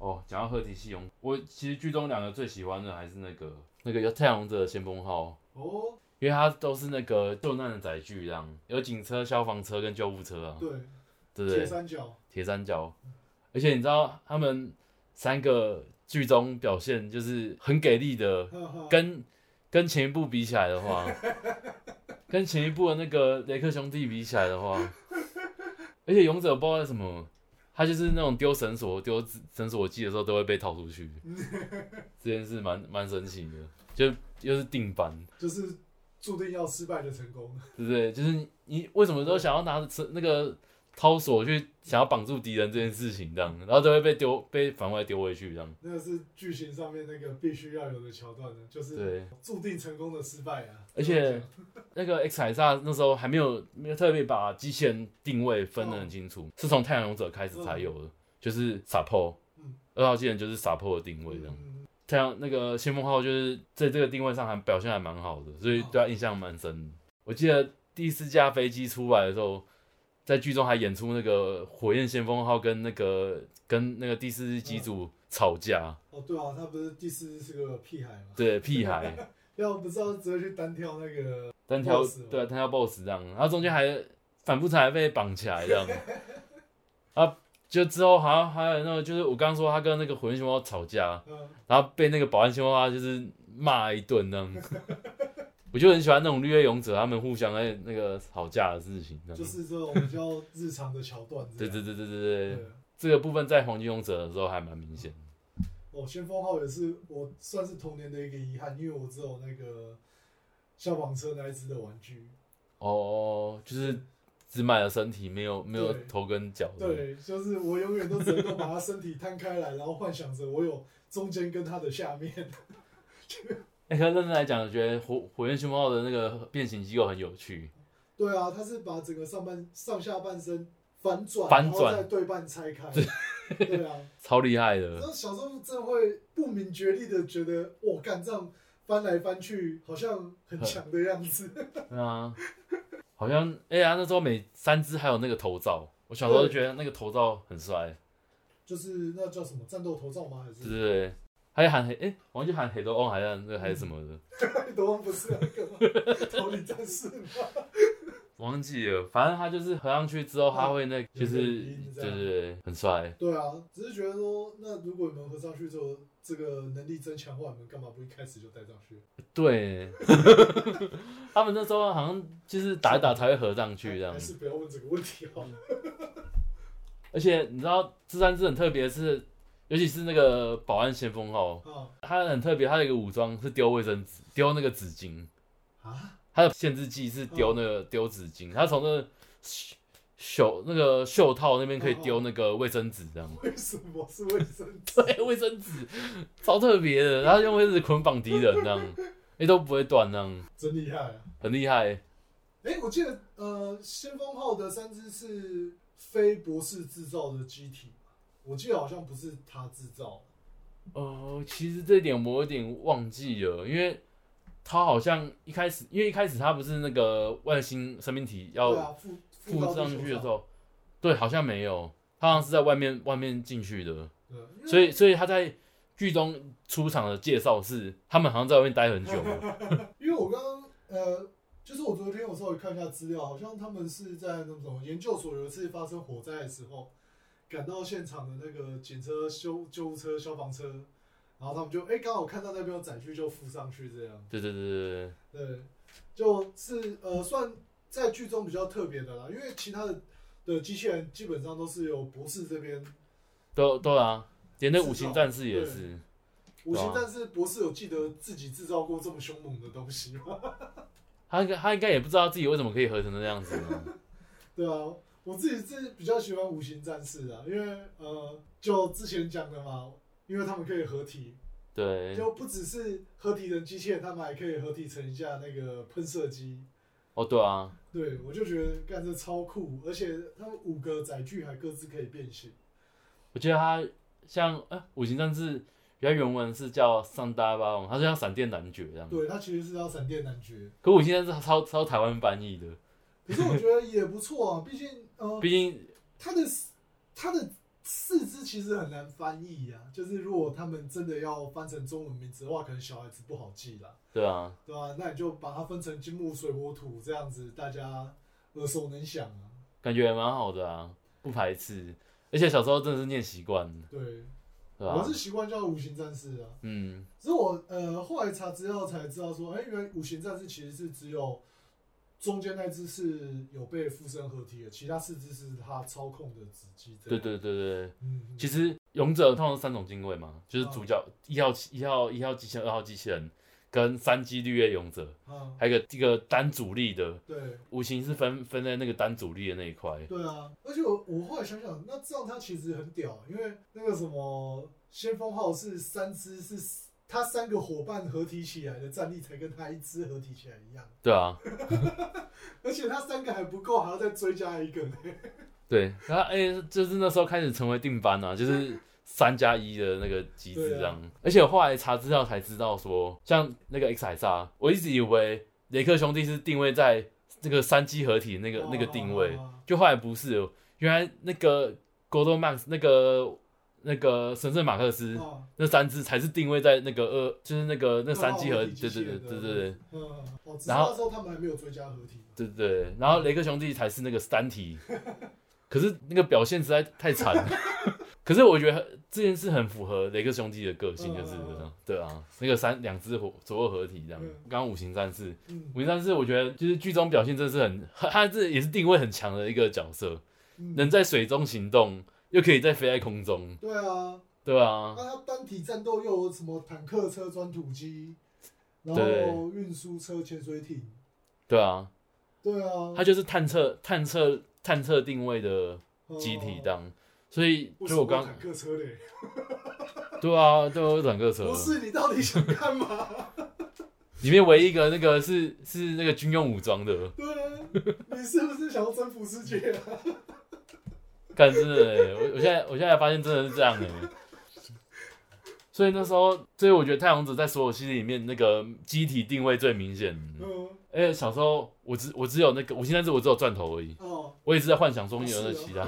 Speaker 3: 哦，讲到合体系勇，我其实剧中两个最喜欢的还是那个那个叫太阳者的先锋号，
Speaker 2: 哦，
Speaker 3: 因为它都是那个救难的载具，这样有警车、消防车跟救护车啊，
Speaker 2: 对，
Speaker 3: 对不
Speaker 2: 铁
Speaker 3: 对？
Speaker 2: 三角，
Speaker 3: 铁三角，而且你知道他们三个剧中表现就是很给力的，
Speaker 2: 哈哈，
Speaker 3: 跟跟前一部比起来的话， 跟前一部的那个雷克兄弟比起来的话，而且勇者不知道为什么，他就是那种丢绳索、丢绳索机的时候都会被套出去，这件事蛮蛮神奇的，就又是定番，
Speaker 2: 就是注定要失败的成功。
Speaker 3: 对不对？就是你你为什么都想要拿着绳那个掏锁去想要绑住敌人这件事情，这样，然后都会被丢被反过来丢回去，这样，
Speaker 2: 那个是剧情上面那个必须要有的桥段呢，就是
Speaker 3: 对。
Speaker 2: 注定成功的失败啊。
Speaker 3: 而且那个 X 海萨那时候还没有没有特别把机器人定位分得很清
Speaker 2: 哦
Speaker 3: 楚，是从太阳勇者开始才有的，就是 Sapo，
Speaker 2: 嗯
Speaker 3: 二号机器人就是 Sapo 的定位这样。
Speaker 2: 嗯，
Speaker 3: 太阳那个先锋号就是在这个定位上还表现还蛮好的，所以
Speaker 2: 哦
Speaker 3: 对他印象蛮深的。我记得第四架飞机出来的时候，在剧中还演出那个火焰先锋号跟那个跟那个第四机组吵架，
Speaker 2: 哦对啊，他不是第四是个屁孩嘛，
Speaker 3: 对屁孩。
Speaker 2: 要不知道直接去单挑那个，
Speaker 3: 单挑
Speaker 2: boss 哦
Speaker 3: 对啊，单挑 BOSS 这样，然后中间还反复才还被绑起来 这样，啊，就之后好像还有那个就是我刚刚说他跟那个火焰熊猫吵架，
Speaker 2: 嗯，
Speaker 3: 然后被那个保安熊猫就是骂一顿这样，我就很喜欢那种绿叶勇者他们互相在那个吵架的事情这样，
Speaker 2: 就是这种比较日常的桥段这
Speaker 3: 对
Speaker 2: 样。
Speaker 3: 对对对对对，
Speaker 2: 对。
Speaker 3: 这个部分在黄金勇者的时候还蛮明显的，
Speaker 2: 哦，先锋号也是我算是童年的一个遗憾，因为我只有那个消防车那一只的玩具。
Speaker 3: 哦，就是只买了身体没有没有
Speaker 2: 对
Speaker 3: 头跟脚的，
Speaker 2: 对，就是我永远都只能够把它身体摊开来，然后幻想着我有中间跟它的下面。
Speaker 3: 哎、可是认真来讲，我觉得火火焰熊猫的那个变形机构很有趣，
Speaker 2: 对啊，它是把整个上半上下半身反转，
Speaker 3: 反
Speaker 2: 然后
Speaker 3: 转
Speaker 2: 再对半拆开。对啊，
Speaker 3: 超厉害
Speaker 2: 然
Speaker 3: 的。
Speaker 2: 后小时候真的会不明觉厉的觉得，我干这样翻来翻去，好像很强的样子。
Speaker 3: 对啊，好像哎呀、那时候每三只还有那个头罩，我小时候就觉得那个头罩很帅，
Speaker 2: 就是那叫什么战斗头罩吗？还
Speaker 3: 对
Speaker 2: 是
Speaker 3: 对对。还喊黑哎、我忘记喊黑豆翁还是那个还是什么的，
Speaker 2: 德王不是那个吗？ 逃离战士吗？
Speaker 3: 忘记了。反正他就是合上去之后，他会那个就
Speaker 2: 有个
Speaker 3: 是
Speaker 2: 鼻音这
Speaker 3: 对
Speaker 2: 样
Speaker 3: 对对，很帅。
Speaker 2: 对啊，只是觉得说，那如果你们合上去之后，这个能力增强的话，你们干嘛不一开始就带上去？
Speaker 3: 对，他们那时候好像就是打一打才会合上去这样
Speaker 2: 哎还。是不要问这个问题好了。
Speaker 3: 而且你知道这三只很特别是，尤其是那个保安先锋号，
Speaker 2: 啊
Speaker 3: 它很特别，它的一个武装是丢卫生纸，丢那个纸巾。
Speaker 2: 啊！
Speaker 3: 它的限制技是丢那个
Speaker 2: 嗯
Speaker 3: 丢纸巾，它从那个袖袖那个袖套那边可以丢那个卫生纸，这 样。
Speaker 2: 为什么是卫生纸？
Speaker 3: 对，卫生纸超特别的，它用卫生纸捆绑敌人，这样，哎都不会断，这样
Speaker 2: 真厉害啊！
Speaker 3: 很厉害。
Speaker 2: 哎、我记得呃，先锋号的三只是非博士制造的机体，我记得好像不是他制造的。哦
Speaker 3: 呃，其实这点我有点忘记了，因为他好像一开始，因为一开始他不是那个外星生命体要
Speaker 2: 对啊，附
Speaker 3: 哦附
Speaker 2: 到
Speaker 3: 上去
Speaker 2: 地
Speaker 3: 的
Speaker 2: 球
Speaker 3: 时
Speaker 2: 上，
Speaker 3: 候，对，好像没有，他好像是在外面外面进去的，
Speaker 2: 对，因为
Speaker 3: 所以所以他在剧中出场的介绍是，他们好像在外面待很 久嘛，
Speaker 2: 因为我刚刚呃，就是我昨天我稍微看一下资料，好像他们是在那种研究所有一次发生火灾的时候，赶到现场的那个警车、修救护车、消防车，然后他们就哎刚、好看到那边有载具就扶上去这样，
Speaker 3: 对对对对
Speaker 2: 对，就是呃算在剧中比较特别的啦，因为其他的的机器人基本上都是由博士这边，
Speaker 3: 都都啊，连那五
Speaker 2: 哦
Speaker 3: 行战士也是，
Speaker 2: 五
Speaker 3: 对
Speaker 2: 星
Speaker 3: 啊
Speaker 2: 战士博士有记得自己制造过这么凶猛的东西吗？
Speaker 3: 他应该他应该也不知道自己为什么可以合成那样子嘛，
Speaker 2: 对啊，我自己是比较喜欢无形战士啊，因为呃，就之前讲的嘛，因为他们可以合体，
Speaker 3: 对，
Speaker 2: 就不只是合体人机器人，他们还可以合体成一架那个喷射机。
Speaker 3: 哦对啊，
Speaker 2: 对，我就觉得干这超酷，而且他们五个载具还各自可以变形。
Speaker 3: 我觉得他像呃五行战士，原来原文是叫上大巴王，他是叫闪电男爵这样，
Speaker 2: 对，他其实是要闪电男爵，
Speaker 3: 可五行战士超超台湾翻译的，
Speaker 2: 可是我觉得也不错啊，毕竟呃，
Speaker 3: 毕竟
Speaker 2: 他的他的四肢其实很难翻译啊，就是如果他们真的要翻成中文名字的话，可能小孩子不好记啦。
Speaker 3: 对啊，
Speaker 2: 对啊，那你就把它分成金木水火土这样子，大家耳熟能详啊。
Speaker 3: 感觉也蛮好的啊，不排斥，而且小时候真的是念习惯，
Speaker 2: 对，
Speaker 3: 对啊吧、
Speaker 2: 我是习惯叫五行战士啊。
Speaker 3: 嗯，
Speaker 2: 只是我呃后来查资料才知道说，哎、原来五行战士其实是只有中间那只是有被附身合体的，其他四只是他操控的子机。
Speaker 3: 对，对对对，
Speaker 2: 嗯，
Speaker 3: 其实勇者通常是三种定位嘛，就是
Speaker 2: 哦
Speaker 3: 主角一号一号一号机器人、二号机器人跟三机绿叶勇者，
Speaker 2: 嗯，
Speaker 3: 还有一个一个单主力的
Speaker 2: 对
Speaker 3: 五行是分分在那个单主力的那一块。
Speaker 2: 对啊，而且我我后来想想，那这样他其实很屌，因为那个什么先锋号是三只是。他三个伙伴合体起来的战力才跟他一只合体起来一样，
Speaker 3: 对啊，
Speaker 2: 而且他三个还不够，还要再追加一个呢。
Speaker 3: 对，然后哎、就是那时候开始成为定番啊，就是三加一的那个机制这样。
Speaker 2: 啊
Speaker 3: 而且我后来查资料才知道说，像那个 X 海沙，我一直以为雷克兄弟是定位在这个三机合体那个那个定位，
Speaker 2: 哦
Speaker 3: 就后来不是，原来那个 g o d o Max 那个那个神圣马克思、
Speaker 2: 哦
Speaker 3: 那三只才是定位在那个二，就是那个那三机合，
Speaker 2: 哦
Speaker 3: 对对对对对对。
Speaker 2: 嗯，哦，只是
Speaker 3: 然后
Speaker 2: 那时候他们还没有追加合体嘛。
Speaker 3: 对对，然后雷克兄弟才是那个 三体，可是那个表现实在太惨了。可是我觉得这件事很符合雷克兄弟的个性，就是、
Speaker 2: 嗯嗯嗯
Speaker 3: 对啊，那个三两只火左右合体这样
Speaker 2: 嗯。
Speaker 3: 刚刚五行战士，
Speaker 2: 嗯
Speaker 3: 五行战士我觉得就是剧中表现真的是很，他这也是定位很强的一个角色，
Speaker 2: 嗯，
Speaker 3: 能在水中行动，又可以在飞在空中，
Speaker 2: 对啊，
Speaker 3: 对啊
Speaker 2: 那，它单体战斗又有什么坦克车、钻土机，然后
Speaker 3: 对
Speaker 2: 运输车、潜水艇，
Speaker 3: 对啊，
Speaker 2: 对啊，
Speaker 3: 他就是探测探测探测定位的机体这
Speaker 2: 的。
Speaker 3: 样。所以
Speaker 2: 为什
Speaker 3: 就
Speaker 2: 么
Speaker 3: 我刚
Speaker 2: 坦克车嘞，
Speaker 3: 对啊，对我转个车，
Speaker 2: 不是你到底想干 嘛？
Speaker 3: 里面唯一一个那个是是那个军用武装的，
Speaker 2: 对啊，你是不是想要征服世界啊？
Speaker 3: 干真的欸、我我现在我现在发现真的是这样哎、所以那时候，所以我觉得太阳子在所有系列里面那个机体定位最明显。
Speaker 2: 嗯，
Speaker 3: 而且小时候我只我只有那个，我现在是我只有钻头而已，
Speaker 2: 哦，
Speaker 3: 我也是在幻想中有那其他。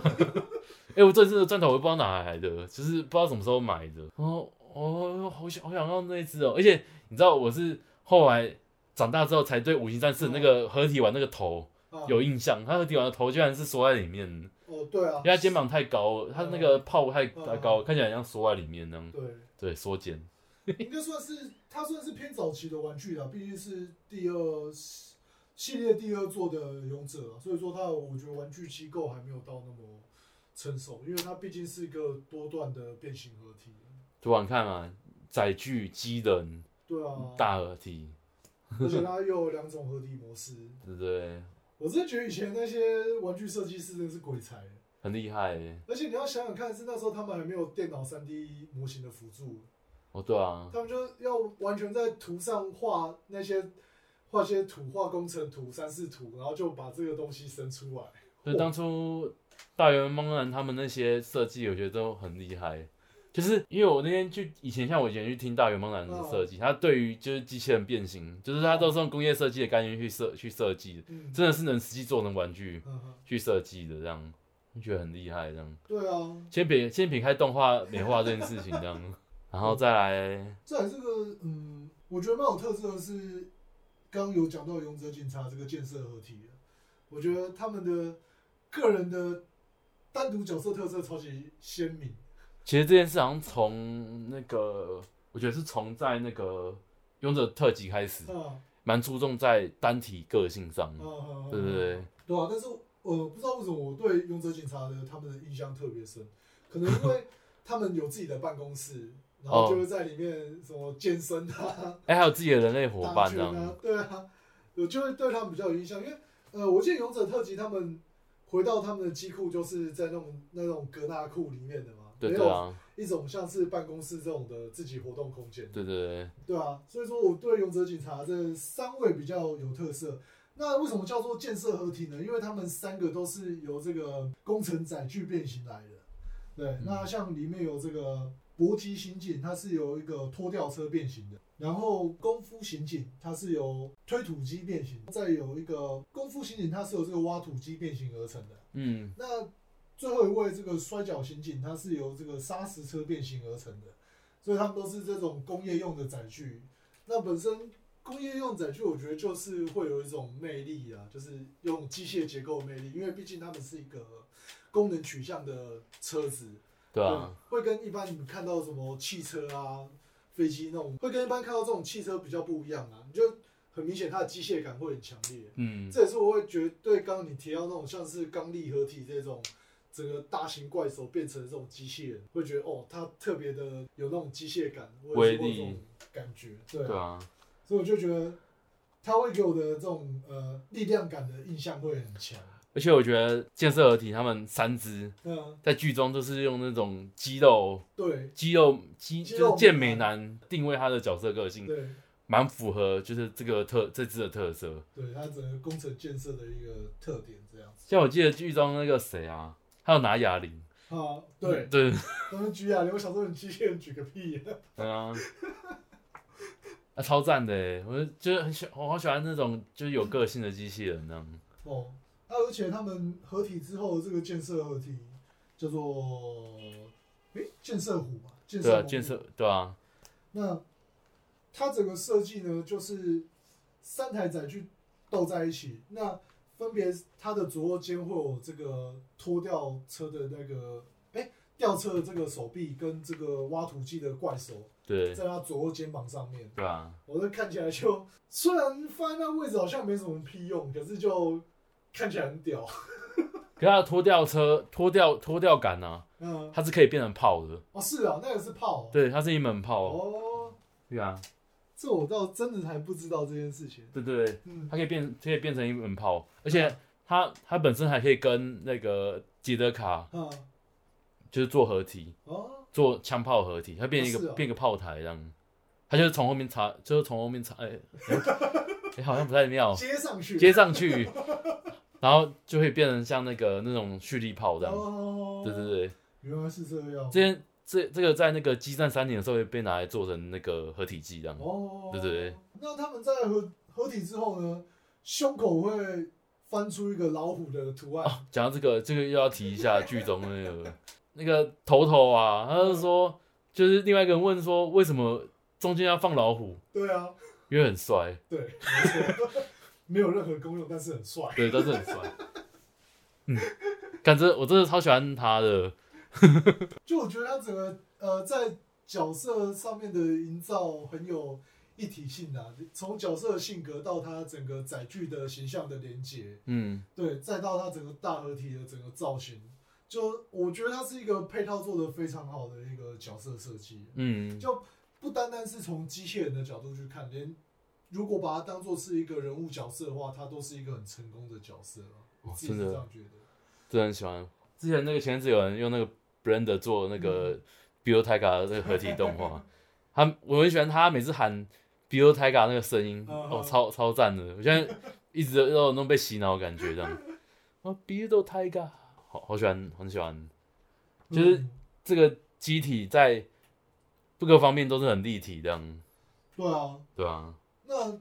Speaker 3: 哎、我这次的钻头我也不知道哪来的，就是不知道什么时候买的。哦哦，好想好想要那一只哦！而且你知道我是后来长大之后才对五行战士那个合体玩那个头。
Speaker 2: 啊
Speaker 3: 有印象，他的帝王的头居然是缩在里面，因
Speaker 2: 哦，对啊，
Speaker 3: 为他肩膀太高了，他那个炮太太高了，看起来很像缩在里面那样。
Speaker 2: 对，
Speaker 3: 对，缩减。
Speaker 2: 应该算是它算是偏早期的玩具啦，毕竟是第二系列第二做的勇者啊，所以说它我觉得玩具机构还没有到那么成熟，因为它毕竟是一个多段的变形合体。
Speaker 3: 对吧？你看啊，载具、机人、
Speaker 2: 对啊，
Speaker 3: 大合体，
Speaker 2: 而且它又有两种合体模式。
Speaker 3: 对不对？
Speaker 2: 我真的觉得以前那些玩具设计师真的是鬼才，
Speaker 3: 很厉害欸。
Speaker 2: 而且你要想想看，是那时候他们还没有电脑三 D 模型的辅助，
Speaker 3: 哦，对啊，
Speaker 2: 他们就要完全在图上画那些画些图，画工程图、三视图，然后就把这个东西生出来。
Speaker 3: 所以当初大圆梦然他们那些设计，我觉得都很厉害。就是因为我那天去以前，像我以前去听大圆梦然的设计，他对于就是机器人变形，就是他都是用工业设计的概念去设去设计的，
Speaker 2: 嗯，
Speaker 3: 真的是能实际做成玩具。
Speaker 2: 嗯哼
Speaker 3: 去设计的，这样你觉得很厉害，这样
Speaker 2: 对啊，
Speaker 3: 先撇先撇开动画美化这件事情，这样，然后再来，
Speaker 2: 再来这个，嗯，我觉得蛮有特色的是，刚刚有讲到勇者警察这个建设合体的，我觉得他们的个人的单独角色特色超级鲜明。
Speaker 3: 其实这件事好像从那个，我觉得是从在那个勇者特辑开始，
Speaker 2: 啊
Speaker 3: 蛮注重在单体个性上
Speaker 2: 啊，，啊
Speaker 3: 对不？对？
Speaker 2: 对啊，但是呃，不知道为什么我对勇者警察的他们的印象特别深，可能因 为他们有自己的办公室，然
Speaker 3: 哦
Speaker 2: 后就会在里面什么健身啊、
Speaker 3: 哎，还有自己的人类伙
Speaker 2: 打
Speaker 3: 伴
Speaker 2: 拳
Speaker 3: 这
Speaker 2: 啊
Speaker 3: 样，，
Speaker 2: 对啊，我就会对他们比较有印象，因为呃，我记得勇者特辑他们回到他们的机库就是在那种那种格纳库里面的嘛，
Speaker 3: 对
Speaker 2: 没
Speaker 3: 对
Speaker 2: 有
Speaker 3: 啊，
Speaker 2: 一种像是办公室这种的自己活动空间。
Speaker 3: 对对对，
Speaker 2: 对啊，所以说我对勇者警察这三位比较有特色。那为什么叫做建设合体呢？因为他们三个都是由这个工程载具变形来的。对，那像里面有这个搏击刑警，它是由一个拖吊车变形的；然后功夫刑警，它是由推土机变形；再有一个功夫刑警，它是由这个挖土机变形而成的。
Speaker 3: 嗯，
Speaker 2: 那最后一位这个摔角刑警，它是由这个砂石车变形而成的，所以他们都是这种工业用的载具。那本身工业用载具，我觉得就是会有一种魅力啊，就是有种机械结构的魅力，因为毕竟他们是一个功能取向的车子，
Speaker 3: 对啊，
Speaker 2: 会跟一般你们看到什么汽车啊、飞机那种，会跟一般看到这种汽车比较不一样啊。你就很明显它的机械感会很强烈。啊
Speaker 3: 嗯，
Speaker 2: 这也是我会觉得对刚刚你提到那种像是刚力合体这种整个大型怪兽变成这种机器人，会觉得哦，它特别的有那种机械感，或者
Speaker 3: 威
Speaker 2: 是会有
Speaker 3: 力
Speaker 2: 这种感觉，对啊，
Speaker 3: 对啊，
Speaker 2: 所以我就觉得它会给我的这种呃力量感的印象会很强。
Speaker 3: 而且我觉得建设合体他们三只
Speaker 2: 嗯，
Speaker 3: 在剧中都是用那种肌肉、
Speaker 2: 对
Speaker 3: 肌肉、肌
Speaker 2: 肌
Speaker 3: 就
Speaker 2: 肉
Speaker 3: 是健美男定位他的角色个性，
Speaker 2: 对
Speaker 3: 蛮符合就是这个特这只的特色。
Speaker 2: 对，它整个工程建设的一个特点这样子。
Speaker 3: 像我记得剧中那个谁啊，他有拿哑铃，
Speaker 2: 啊，对，
Speaker 3: 对，
Speaker 2: 他们举哑铃，我想说你机器人举个屁、
Speaker 3: 对啊，啊超赞的耶，我就就是很喜，我好喜欢那种就是有个性的机器人那样。
Speaker 2: 哦，那而且他们合体之后，这个建设合体叫做诶、建设虎嘛，建设
Speaker 3: 对啊，
Speaker 2: 猛虎
Speaker 3: 建设对啊，
Speaker 2: 那它整个设计呢，就是三台载具斗在一起，那分别它的左右肩会有这个拖吊车的那个诶、吊车的这个手臂跟这个挖土机的怪手
Speaker 3: 对
Speaker 2: 在它左右肩膀上面。
Speaker 3: 对啊，
Speaker 2: 我这看起来就虽然放在那位置好像没什么屁用，可是就看起来很屌。
Speaker 3: 可是他的拖吊车拖吊拖吊杆呢、啊，
Speaker 2: 嗯，
Speaker 3: 它是可以变成炮的，
Speaker 2: 哦，是啊，那个是炮、哦。
Speaker 3: 对，它是一门炮哦，
Speaker 2: 哦，
Speaker 3: 对啊，
Speaker 2: 这我倒真的还不知道这件事情。
Speaker 3: 对对对，
Speaker 2: 嗯，
Speaker 3: 它可以变可以变成一门炮，而且它它本身还可以跟那个捷德卡
Speaker 2: 啊，
Speaker 3: 就是做合体，
Speaker 2: 哦，
Speaker 3: 做枪炮合体，它变一个、
Speaker 2: 哦是哦
Speaker 3: 变一个炮台这样，它就是从后面插，就是从后面插，哎、哎好像不太妙，
Speaker 2: 接上去，
Speaker 3: 接上去，然后就会变成像那个那种蓄力炮这样。
Speaker 2: 哦，
Speaker 3: 对对，对，
Speaker 2: 原来是这样。
Speaker 3: 之前这这个在那个激战三点的时候也被拿来做成那个合体技这样。
Speaker 2: 哦，
Speaker 3: 对对对。
Speaker 2: 那他们在合合体之后呢，胸口会翻出一个老虎的图案。
Speaker 3: 哦，讲到这个，这个又要提一下剧中那个那个头头啊，他就说，就是另外一个人问说，为什么中间要放老虎？
Speaker 2: 对啊，
Speaker 3: 因为很帅，
Speaker 2: 对，没错，没有任何功用，但是很帅。
Speaker 3: 对，但是很帅。嗯，感觉我真的超喜欢他的，
Speaker 2: 就我觉得他整个呃在角色上面的营造很有一体性啊，从角色的性格到他整个载具的形象的连接，
Speaker 3: 嗯，
Speaker 2: 对，再到他整个大合体的整个造型，就我觉得他是一个配套做的非常好的一个角色设计，
Speaker 3: 嗯，
Speaker 2: 就不单单是从机器人的角度去看，连如果把它当做是一个人物角色的话，他都是一个很成功的角色啊，我自己是
Speaker 3: 真的
Speaker 2: 这样觉得。
Speaker 3: 真的很喜欢。之前那个前阵子有人用那个 Blender 做那个 Bill t a g a 的那个合体动画， 他我很喜欢他每次喊 Bill t a g a 那个声音，
Speaker 2: 嗯
Speaker 3: 哦，超超赞的！我现在一直都有那种被洗脑的感觉，这样。哦，Bill t a g a 好好喜欢，很喜欢。就是
Speaker 2: 嗯
Speaker 3: 这个机体在各方面都是很立体，这样，
Speaker 2: 对啊，
Speaker 3: 对啊，
Speaker 2: 那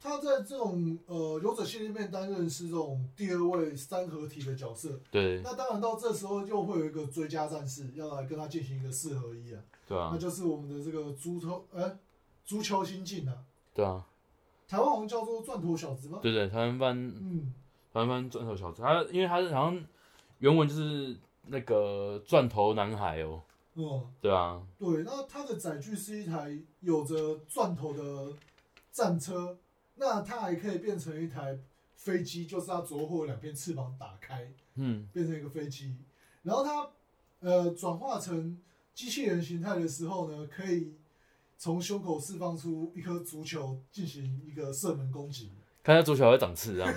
Speaker 2: 他在这种呃勇者系列里面担任是这种第二位三合体的角色，
Speaker 3: 对，
Speaker 2: 那当然到这时候又会有一个追加战士要来跟他进行一个四合一啊，
Speaker 3: 对啊
Speaker 2: 那，就是我们的这个足球哎足球新进啊，
Speaker 3: 对啊，
Speaker 2: 台湾好像叫做钻头小子吗？
Speaker 3: 对对，台湾班
Speaker 2: 嗯，
Speaker 3: 翻翻钻头小子，他因为他是好像原文就是那个钻头男孩哦、
Speaker 2: 哦、
Speaker 3: 对啊，
Speaker 2: 对，那它的载具是一台有着钻头的战车，那它还可以变成一台飞机，就是它左右后两边翅膀打开，
Speaker 3: 嗯，
Speaker 2: 变成一个飞机。然后它呃转化成机器人形态的时候呢，可以从胸口释放出一颗足球进行一个射门攻击。
Speaker 3: 看他足球还会长刺这样，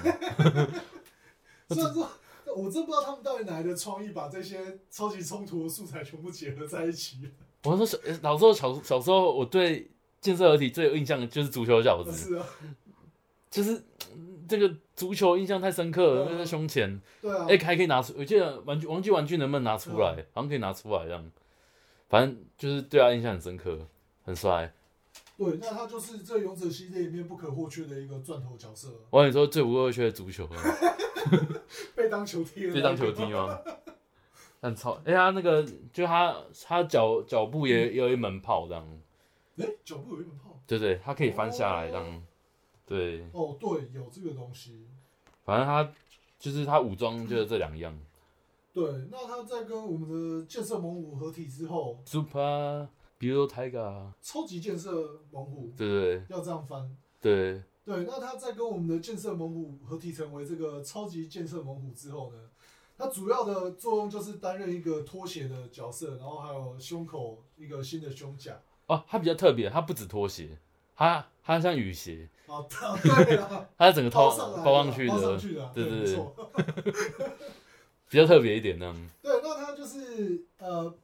Speaker 2: 虽然说我真不知道他们到底哪来的创意，把这些超级冲突的素材全部结合在一 起。
Speaker 3: 我说小老时候小小时候我对建设合体最有印象的就是足球小子，
Speaker 2: 是啊，
Speaker 3: 就是嗯这个足球印象太深刻了，
Speaker 2: 嗯
Speaker 3: 就在胸前，
Speaker 2: 对啊，
Speaker 3: 哎、还可以拿出，我记得玩具玩具玩具能不能拿出来，好像可以拿出来这样，反正就是对他印象很深刻，很帅。
Speaker 2: 对，那他就是这勇者系列里面不可或缺的一个钻头角色，
Speaker 3: 我跟你说，最不会缺的足球了。
Speaker 2: 被当球踢的。
Speaker 3: 对，当球踢。吗？但超，哎、他那个就他他脚脚步
Speaker 2: 嗯
Speaker 3: 也也有一门炮这样，
Speaker 2: 哎、脚部有一门炮。
Speaker 3: 对对，他可以翻下来这
Speaker 2: 哦
Speaker 3: 样，对，
Speaker 2: 哦，对，有这个东西。
Speaker 3: 反正他就是他武装就是这两样
Speaker 2: 对，那他在跟我们的建设猛虎合体之后，
Speaker 3: ，Super Bull Tiger，
Speaker 2: 超级建设猛虎
Speaker 3: 对对
Speaker 2: 要这样翻，
Speaker 3: 对，
Speaker 2: 对，那他在跟我们的建设猛虎合体成为这个超级建设猛虎之后呢，它主要的作用就是担任一个拖鞋的角色，然后还有胸口一个新的胸甲。
Speaker 3: 哦，它比较特别，它不止拖鞋，它它像雨鞋，
Speaker 2: 啊， 对啊，
Speaker 3: 它整个套
Speaker 2: 包上来的
Speaker 3: 包上去
Speaker 2: 包上
Speaker 3: 的，
Speaker 2: 去的啊，
Speaker 3: 对对
Speaker 2: 没错。
Speaker 3: 比较特别一点那样，
Speaker 2: 对，那它就是呃，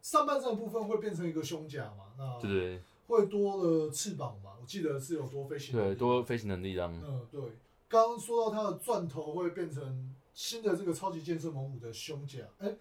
Speaker 2: 上半身的部分会变成一个胸甲嘛，那
Speaker 3: 对对
Speaker 2: 会多了翅膀嘛，我记得是有多飞行。
Speaker 3: 对，多。飞行能力这样，
Speaker 2: 嗯，对。刚刚说到它的钻头会变成新的这个超级剑士猛虎的胸甲，哎、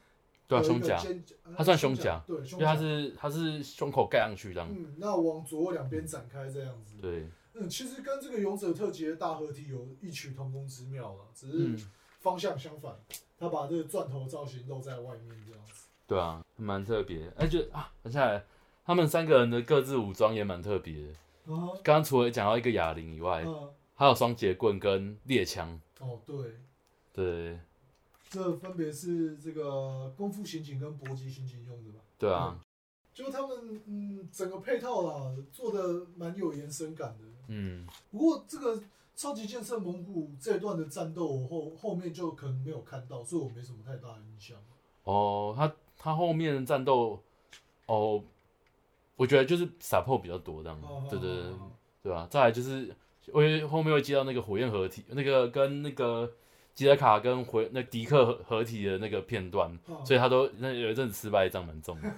Speaker 3: 对
Speaker 2: 有
Speaker 3: 啊，
Speaker 2: 一
Speaker 3: 胸
Speaker 2: 个
Speaker 3: 甲，
Speaker 2: 肩呃
Speaker 3: 它算
Speaker 2: 胸
Speaker 3: 胸甲，
Speaker 2: 对，
Speaker 3: 因
Speaker 2: 胸
Speaker 3: 为它
Speaker 2: 甲。
Speaker 3: 是它是胸口盖上去这样，
Speaker 2: 嗯，那往左右两边展开这样子。
Speaker 3: 对，
Speaker 2: 嗯，其实跟这个勇者特辑的大合体有异曲同工之妙了，只
Speaker 3: 嗯
Speaker 2: 是，方向相反。他把这个钻头造型露在外面这样子。
Speaker 3: 对啊，蛮特别，而且啊，等下来他们三个人的各自武装也蛮特别的，
Speaker 2: 啊，
Speaker 3: 刚刚除了讲到一个哑铃以外，
Speaker 2: 嗯，
Speaker 3: 还有双节棍跟猎枪，
Speaker 2: 哦，对，
Speaker 3: 对
Speaker 2: 这分别是这个功夫刑警跟搏击刑警用的吧？
Speaker 3: 对啊，
Speaker 2: 就他们嗯，整个配套啦做的蛮有延伸感的。
Speaker 3: 嗯，
Speaker 2: 不过这个超级剑圣蒙古这一段的战斗，我后后面就可能没有看到，所以我没什么太大的印象。
Speaker 3: 哦，他他后面的战斗，哦，我觉得就是撒破比较多这样，
Speaker 2: 哦
Speaker 3: 对对对
Speaker 2: 哦哦
Speaker 3: 对啊，再来就是我也后面会接到那个火焰合体，那个跟那个吉尔卡跟回那迪克合合体的那个片段，
Speaker 2: 哦
Speaker 3: 所以他都那有一阵子失败，仗蛮重的，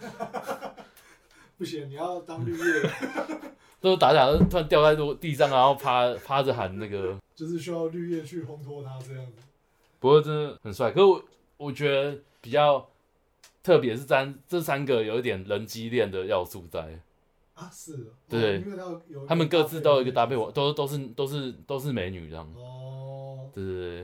Speaker 2: 不行，你要当绿叶，
Speaker 3: 都打打都突然掉在路地上，然后趴趴着喊那个。
Speaker 2: 就是需要绿叶去烘托它这样子。
Speaker 3: 不过真的很帅。可是我我觉得比较特别是三这三个有一点人机恋的要素在，
Speaker 2: 啊，是哦，
Speaker 3: 对
Speaker 2: 因为它有
Speaker 3: 他们各自都有一个搭配，
Speaker 2: 我
Speaker 3: 我都都是都是都是美女这样。
Speaker 2: 哦，
Speaker 3: 对对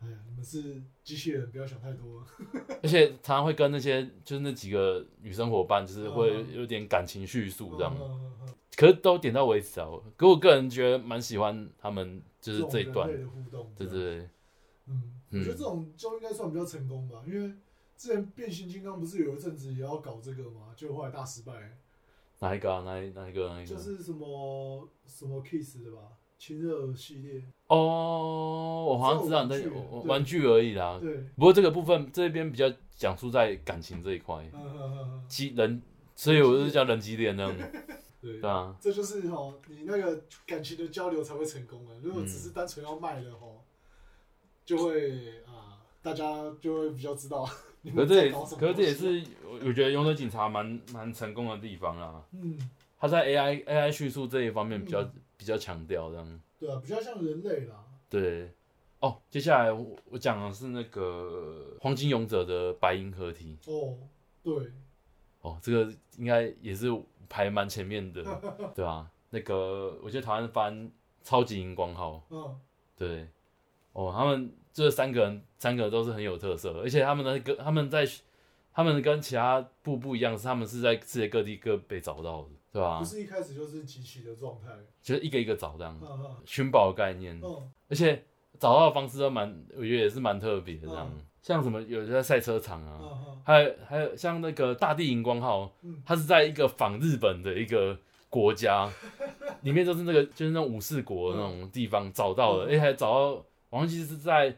Speaker 2: 哎呀，你们是机器人，不要想太多。
Speaker 3: 对，而且常常会跟那些就是那几个女生伙伴，就是会
Speaker 2: 嗯
Speaker 3: 有点感情叙述这样。
Speaker 2: 嗯嗯嗯嗯
Speaker 3: 可是都点到为止啊。可我个人觉得蛮喜欢他们就是这一
Speaker 2: 种
Speaker 3: 段
Speaker 2: 人，类的互动，
Speaker 3: 对对对，
Speaker 2: 嗯，我
Speaker 3: 嗯
Speaker 2: 觉得这种就应该算比较成功吧，因为之前变形金刚不是有一阵子也要搞这个嘛，就后来大失败，
Speaker 3: 哪一个啊？哪一哪一个？哪一个？
Speaker 2: 就是什么什么 Kiss 的吧，亲热系列，
Speaker 3: 哦，我好像知道你在
Speaker 2: 只有玩具
Speaker 3: 我我
Speaker 2: 对
Speaker 3: 玩具而已啦。
Speaker 2: 对，
Speaker 3: 不过这个部分这边比较讲述在感情这一块，
Speaker 2: 嗯嗯嗯嗯，
Speaker 3: 机人，所以我就叫人机恋那样，
Speaker 2: 对
Speaker 3: 对。 啊，
Speaker 2: 这就是哦，你那个感情的交流才会成功啊。如果只是单纯要卖的哦，就会啊，大家就会比较知道 你
Speaker 3: 可
Speaker 2: 们
Speaker 3: 是这
Speaker 2: 在
Speaker 3: 也
Speaker 2: 搞什么。啊
Speaker 3: 可是这也，是我我觉得《勇者警察》蛮蛮成功的地方啦，
Speaker 2: 嗯，
Speaker 3: 他在 AI AI 叙述这一方面比较、
Speaker 2: 嗯
Speaker 3: 比较强调这样，
Speaker 2: 对啊，比较像人类啦。
Speaker 3: 对。哦，接下来我我讲的是那个黄金勇者的白银合体，
Speaker 2: 哦，对，
Speaker 3: 哦，这个应该也是排蛮前面的， 对啊，那个我觉得台湾翻超级荧光号，
Speaker 2: 嗯，
Speaker 3: 对，哦，他们这三个人，三个都是很有特色的，而且他们的跟他们在他们跟其他部不一样，是他们是在世界各地各被找到的，对吧、
Speaker 2: 不是一开始就是集齐的状态。
Speaker 3: 就是一个一个找这样
Speaker 2: 嗯，嗯
Speaker 3: 寻宝的概念，
Speaker 2: 嗯，
Speaker 3: 而且找到的方式都蛮，我觉得也是蛮特别的这样
Speaker 2: 嗯，
Speaker 3: 像什么有的在赛车场
Speaker 2: 嗯
Speaker 3: 啊，
Speaker 2: 嗯
Speaker 3: 还有还有像那个大地荧光号
Speaker 2: 嗯，
Speaker 3: 它是在一个仿日本的一个。国 家里面就是那个就是那种武士国那种地方找到的，
Speaker 2: 嗯
Speaker 3: 而且还找到，我忘记是在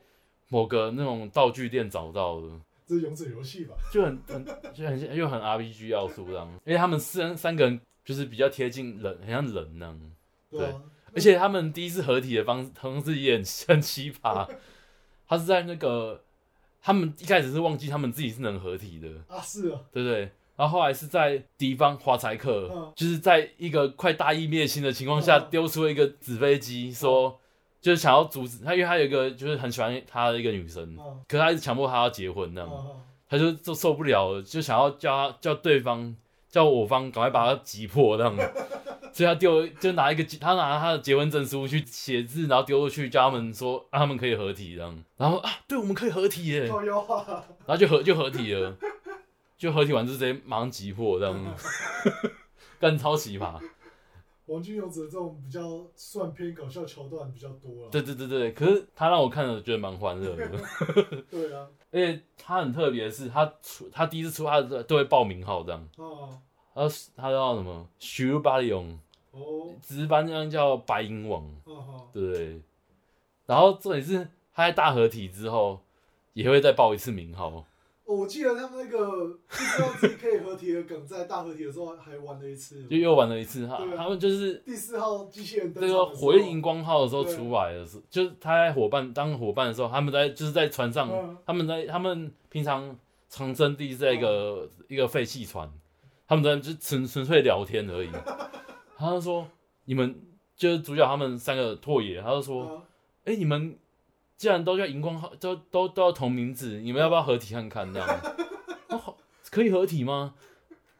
Speaker 3: 某个那种道具店找到的，
Speaker 2: 这是勇者游戏吧？
Speaker 3: 就很很就很又很 RPG 要素这样，因为他们三三个人就是比较贴近人，很像人那样，
Speaker 2: 对啊，
Speaker 3: 而且他们第一次合体的方方式也很很奇葩，他是在那个他们一开始是忘记他们自己是能合体的，
Speaker 2: 啊是啊，
Speaker 3: 对不对？然后后来是在敌方华财克，
Speaker 2: 嗯
Speaker 3: 就是在一个快大义灭亲的情况下，
Speaker 2: 嗯
Speaker 3: 丢出了一个纸飞机，说就是想要阻止他，因为他有一个就是很喜欢他的一个女生，
Speaker 2: 嗯
Speaker 3: 可是他一直强迫他要结婚那
Speaker 2: 嗯
Speaker 3: 样，
Speaker 2: 嗯
Speaker 3: 他就就受不了了，就想要叫他叫对方叫我方赶快把他击破 那样，所以他丢就拿一个他拿他的结婚证书去写字，然后丢出去叫他们说、啊、他们可以合体这样，然后啊对我们可以合体耶，
Speaker 2: 嗯，靠腰啊，
Speaker 3: 然后就合就合体了，就合体完就直接马上击破这样，
Speaker 2: 嗯
Speaker 3: 干超奇葩。
Speaker 2: 王军勇者这种比较算偏搞笑桥段比较多了。
Speaker 3: 对对对对，可是他让我看了觉得蛮欢乐的，
Speaker 2: 对啊，
Speaker 3: 而且他很特别的是，他出他第一次出他都会报名号这样，
Speaker 2: 啊
Speaker 3: 他他叫什么 s h u b a r i o n
Speaker 2: 哦，
Speaker 3: 值班这样叫白银王，
Speaker 2: 嗯哼，
Speaker 3: 对。然后重点是他在大合体之后，也会再报一次名号，
Speaker 2: 哦我记得他们那个不知道自己可以合体的梗，在大合体的时候还玩了一次。
Speaker 3: 就又玩了一次。他
Speaker 2: 对啊
Speaker 3: 他们就是
Speaker 2: 第四号机器人
Speaker 3: 那
Speaker 2: 登场
Speaker 3: 个
Speaker 2: 的时候
Speaker 3: 火焰荧光号的时候
Speaker 2: 对
Speaker 3: 出来的时候，就是他在伙伴当伙伴的时候，他们在就是在船上，
Speaker 2: 嗯
Speaker 3: 他们在他们平常长征地是在一个、一个废弃船，他们在就纯纯粹聊天而已。他就说你们就是主角他们三个拓野，他就说。
Speaker 2: 嗯
Speaker 3: 哎、你们既然都叫荧光号，都都都要同名字，你们要不要合体看看？这样，哦，好可以合体吗？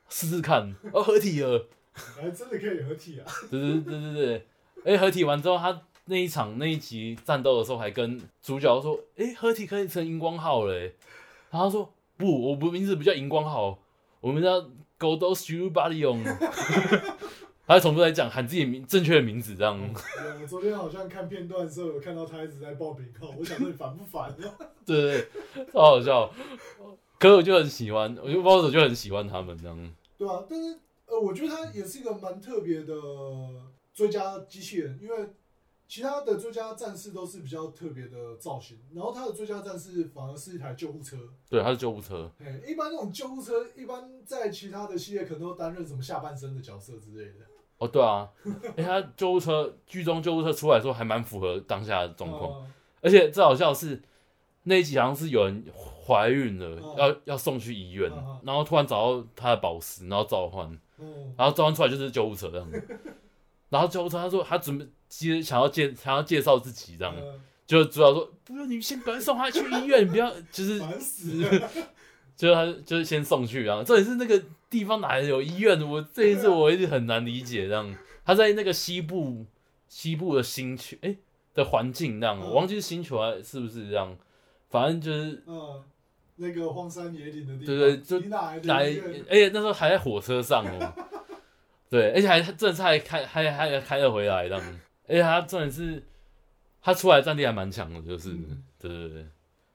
Speaker 3: 试试看，哦，合体了，
Speaker 2: 还哎真的可以合体啊！
Speaker 3: 对对对对对，哎、合体完之后，他那一场那一集战斗的时候，还跟主角说，哎、合体可以成荧光号嘞、然后他说不，我不名字不叫荧光号，我们叫狗都 s h u b o d y on，他还重复在讲喊自己名正确的名字这样，
Speaker 2: 啊我昨天好像看片段的时候有看到他一直在报名号，我想说你烦不烦啊？
Speaker 3: 对，超好笑。可是我就很喜欢，我就包子就很喜欢他们这样。
Speaker 2: 对啊，但是呃，我觉得它也是一个蛮特别的最佳机器人，因为其他的最佳战士都是比较特别的造型，然后它的最佳战士反而是一台救护车。
Speaker 3: 对，他是救护车，
Speaker 2: 哎、一般那种救护车，一般在其他的系列可能都担任什么下半身的角色之类的。
Speaker 3: 哦，对啊，哎、他救护车剧中救护车出来的时候还蛮符合当下的状况，
Speaker 2: 嗯
Speaker 3: 而且最好笑的是那一集好像是有人怀孕了，
Speaker 2: 嗯
Speaker 3: 要要送去医院
Speaker 2: 嗯嗯，
Speaker 3: 然后突然找到他的宝石，然后召唤，
Speaker 2: 嗯，
Speaker 3: 然后召唤出来就是救护车这样子， 然后救护车他说他准备接想要介想要介绍自己这样，
Speaker 2: 嗯
Speaker 3: 就主角说不用你先赶快送他去医院，你不要就是
Speaker 2: 烦、死了！
Speaker 3: 就是他就是先送去，然后重点是那个地方哪来有医院？我这一次我一直很难理解，这样他在那个西部西部的星球哎、的环境那样，
Speaker 2: 嗯
Speaker 3: 我忘记是星球还是不是这样，反正就是
Speaker 2: 嗯，那个荒山野岭的地方，
Speaker 3: 对对就
Speaker 2: 你哪来的
Speaker 3: 来，
Speaker 2: 医
Speaker 3: 而
Speaker 2: 院
Speaker 3: 且那时候还在火车 上哦，对，而且还正是还开还还还开了回来这样，而且他重点是他出来的战力还蛮强的，就是、
Speaker 2: 嗯
Speaker 3: 对对对，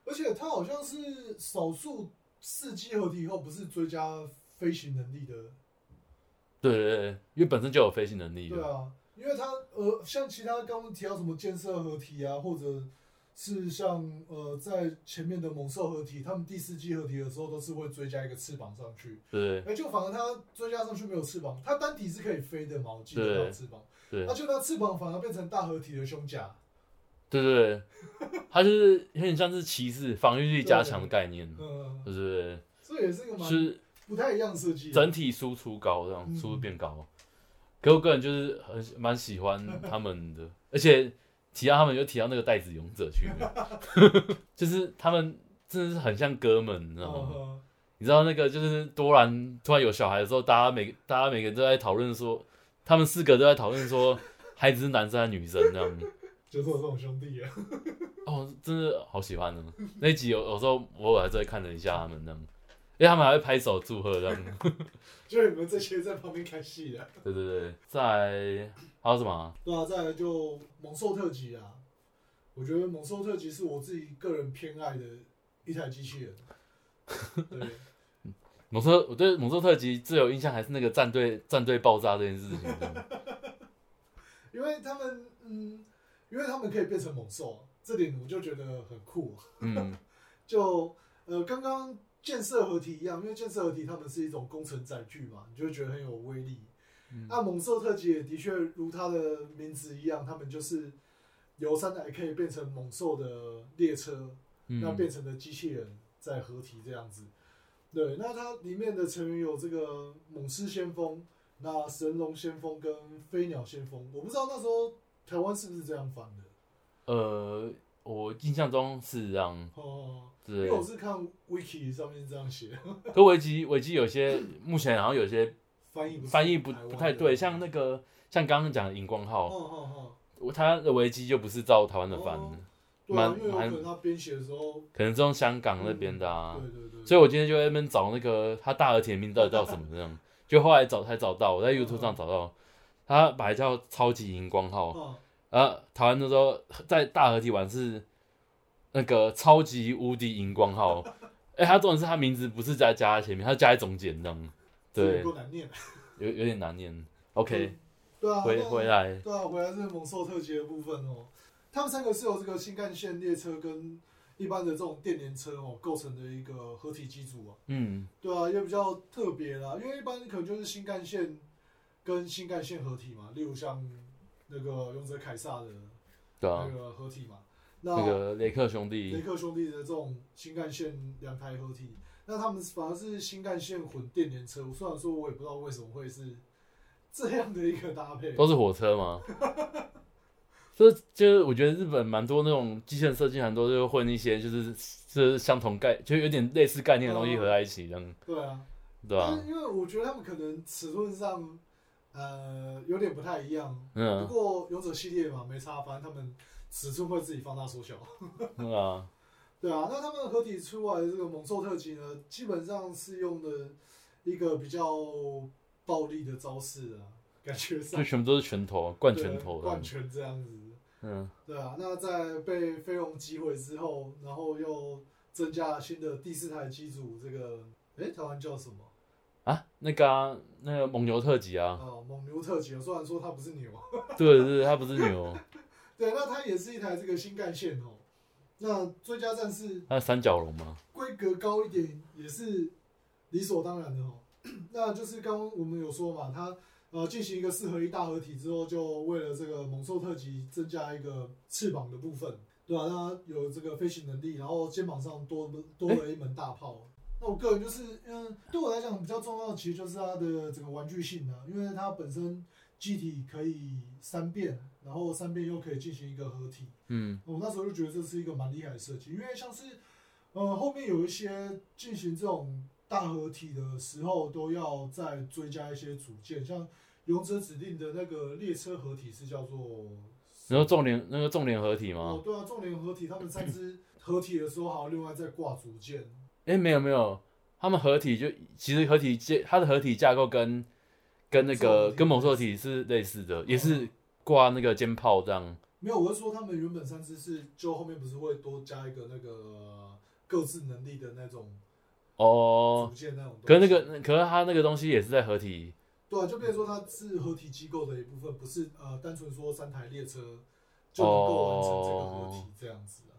Speaker 2: 而且它好像是少数四机合体以后不是追加飞行能力的
Speaker 3: 对对对，因为本身就有飞行能力的
Speaker 2: 对，啊，因为它呃，像其他刚刚提到什么建设合体啊，或者是像呃在前面的猛兽合体，他们第四季合体的时候都是会追加一个翅膀上去，
Speaker 3: 对
Speaker 2: 哎、就反而它追加上去没有翅膀，它单体是可以飞的嘛，我记得它有翅膀，
Speaker 3: 对对
Speaker 2: 那。就它翅膀反而变成大合体的胸甲，
Speaker 3: 对对对，他就是有点像是骑士防御力加强的概念，
Speaker 2: 嗯、
Speaker 3: 对对
Speaker 2: 所以也是一个
Speaker 3: 对，
Speaker 2: 蛮
Speaker 3: 是
Speaker 2: 不太一样的设计，啊
Speaker 3: 整体输出高，这样
Speaker 2: 嗯
Speaker 3: 输出变高。可我个人就是很蛮喜欢他们的，而且提到他们又提到那个带子勇者去了， 就是他们真的是很像哥们，你知
Speaker 2: 嗯
Speaker 3: 道吗？
Speaker 2: 哼
Speaker 3: 你知道那个就是多兰突然有小孩的时候，大家每大家每个人都在讨论说，他们四个都在讨论说孩子是男生还是女生这样。
Speaker 2: 就是有这种兄弟啊，
Speaker 3: 哦，真的好喜欢呢。那一集有有时候我还在看了一下他们那样，因为他们还会拍手祝贺这样。
Speaker 2: 就是你们这些在旁边看戏的，
Speaker 3: 对对对，在还有什么啊？
Speaker 2: 对啊，再来就猛兽特级啊，我觉得猛兽特级是我自己个人偏爱的一台机器人。对，
Speaker 3: 猛兽，我对猛兽特辑最有印象还是那个战队战队爆炸这件事情这样。
Speaker 2: 因为他们，嗯，因为他们可以变成猛兽啊，这点我就觉得很酷啊。
Speaker 3: 嗯，
Speaker 2: 就呃，刚刚建设合体一样，因为建设合体他们是一种工程载具嘛，你就会觉得很有威力。
Speaker 3: 嗯
Speaker 2: 那、猛兽特级也的确如它的名字一样，他们就是由三台可以变成猛兽的列车， 那
Speaker 3: 嗯
Speaker 2: 变成了机器人在合体这样子。对，那它里面的成员有这个猛狮先锋、那神龙先锋跟飞鸟先锋，我不知道那时候台湾是不是这样翻的
Speaker 3: 呃，我印象中是这样。
Speaker 2: 哦，因为，
Speaker 3: 对
Speaker 2: 我是看 wiki 上面这样写，
Speaker 3: 可维基维基有些目前好像有些
Speaker 2: 翻译不是
Speaker 3: 翻译不
Speaker 2: 台湾的
Speaker 3: 不太对，像那个像刚刚讲的荧光
Speaker 2: 哦
Speaker 3: 号，
Speaker 2: 哦哦，
Speaker 3: 我他的维基就不是照台湾的翻，
Speaker 2: 哦对啊，
Speaker 3: 蛮
Speaker 2: 因为有可
Speaker 3: 蛮
Speaker 2: 能他编写的时候，
Speaker 3: 可能是用香港那边的啊。
Speaker 2: 对对对，
Speaker 3: 所以我今天就在那边找那个他大儿子的名字到底叫什么这样，就后来找才找到，我在 YouTube 上找到，他把它叫超级荧光号，
Speaker 2: 哦
Speaker 3: 呃，台湾那时候在大合体玩是那个超级无敌荧光号， 哎、他重点是他名字不是在加在前面，他加在中间这样，
Speaker 2: 这也
Speaker 3: 对，
Speaker 2: 不难念
Speaker 3: 有有点难念。OK，
Speaker 2: 对啊，
Speaker 3: 回
Speaker 2: 那
Speaker 3: 回来，
Speaker 2: 对啊，回来是猛兽特辑的部分哦。他们三个是由这个新干线列车跟一般的这种电联车哦构成的一个合体机组啊。
Speaker 3: 嗯，
Speaker 2: 对啊，也比较特别啦，因为一般可能就是新干线跟新干线合体嘛，例如像那个勇者凯撒的
Speaker 3: 对啊
Speaker 2: 那，个合体嘛，
Speaker 3: 那
Speaker 2: 那
Speaker 3: 个雷克兄
Speaker 2: 雷
Speaker 3: 弟，
Speaker 2: 克兄弟的这种新干线两台合体，那他们反而是新干线混电联车，虽然说我也不知道为什么会是这样的一个搭配，
Speaker 3: 都是火车吗？ 这就是我觉得日本蛮多那种机械设计，很多就混一些就是就是相同概，就有点类似概念的东西合在一起，这样
Speaker 2: 对啊，
Speaker 3: 对吧、
Speaker 2: 但是因为我觉得他们可能尺寸上呃有点不太一样，不
Speaker 3: 嗯，
Speaker 2: 过勇者系列嘛没差，反正他们尺寸会自己放大缩小。
Speaker 3: 那个啊，
Speaker 2: 对啊，那他们合体出来的这个猛兽特辑呢，基本上是用的一个比较暴力的招式啊，感觉上
Speaker 3: 就全部都是拳头，灌
Speaker 2: 对
Speaker 3: 拳头
Speaker 2: 灌
Speaker 3: 的，
Speaker 2: 拳这样子。
Speaker 3: 嗯，
Speaker 2: 对啊，那在被飞龙击毁之后，然后又增加了新的第四台机组，这个诶，台湾叫什么？
Speaker 3: 啊，那个啊，那个蒙牛特辑啊，
Speaker 2: 哦，蒙牛特辑啊，虽然说它不是牛，
Speaker 3: 对对，它不是牛，
Speaker 2: 对，那它也是一台这个新干线哦。那最佳战士
Speaker 3: 它是三角龙嘛，
Speaker 2: 规格高一点也是理所当然的哦。 那就是刚刚我们有说嘛，它呃进行一个四合一大合体之后，就为了这个猛兽特辑增加一个翅膀的部分，对吧、啊？那有这个飞行能力，然后肩膀上多多了一门大炮。那我个人就是，嗯，对我来讲比较重要，其实就是它的整个玩具性啊，因为它本身机体可以三变，然后三变又可以进行一个合体，
Speaker 3: 嗯，
Speaker 2: 我那时候就觉得这是一个蛮厉害的设计，因为像是呃后面有一些进行这种大合体的时候，都要再追加一些组件，像勇者指定的那个列车合体是叫做，
Speaker 3: 然后重联那个重联合体
Speaker 2: 哦
Speaker 3: 吗？
Speaker 2: 对啊，重联合体，他们三只合体的时候还要另外再挂组件，
Speaker 3: 哎、没有没有，他们合体就其实合体架它的合体架构跟跟那
Speaker 2: 猛兽
Speaker 3: 个
Speaker 2: 体
Speaker 3: 跟猛兽体是类似的，也
Speaker 2: 哦
Speaker 3: 是挂那个肩炮这样，
Speaker 2: 没有，我是说他们原本三只是就后面不是会多加一个那个各自能力的那种
Speaker 3: 哦
Speaker 2: 组，件那种东西，
Speaker 3: 可是那个可是它那个东西也是在合体，
Speaker 2: 对啊，就变成说它是合体机构的一部分，不是呃单纯说三台列车就能够完成这个合
Speaker 3: 哦
Speaker 2: 体这样子啊。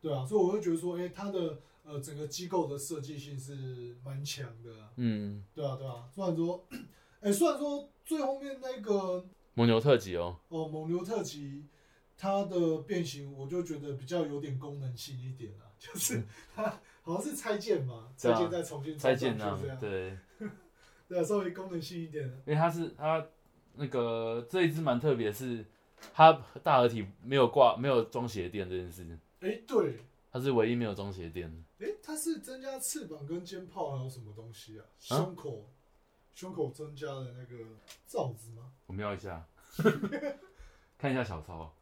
Speaker 2: 对啊，所以我会觉得说，哎、它的呃整个机构的设计性是蛮强的啊、
Speaker 3: 嗯，
Speaker 2: 对啊，对啊，虽然说，哎、虽然说最后面那个
Speaker 3: 蒙牛特辑哦，
Speaker 2: 哦蒙牛特辑它的变形，我就觉得比较有点功能性一点啊，就是 它好像是拆件嘛，
Speaker 3: 嗯对
Speaker 2: 拆
Speaker 3: 啊
Speaker 2: 件再重新
Speaker 3: 再
Speaker 2: 装
Speaker 3: 见
Speaker 2: 上
Speaker 3: 啊
Speaker 2: 去这，样，
Speaker 3: 对，
Speaker 2: 对啊，稍微功能性一点啊。
Speaker 3: 因为它是它那个这一只蛮特别，是它大合体没有挂没有装鞋垫这件事，
Speaker 2: 哎、对，
Speaker 3: 它是唯一没有装鞋垫的。
Speaker 2: 诶，它是增加翅膀跟肩炮，还有什么东西啊？胸口，胸口增加了那个罩子吗？
Speaker 3: 我瞄一下， 看一下小抄，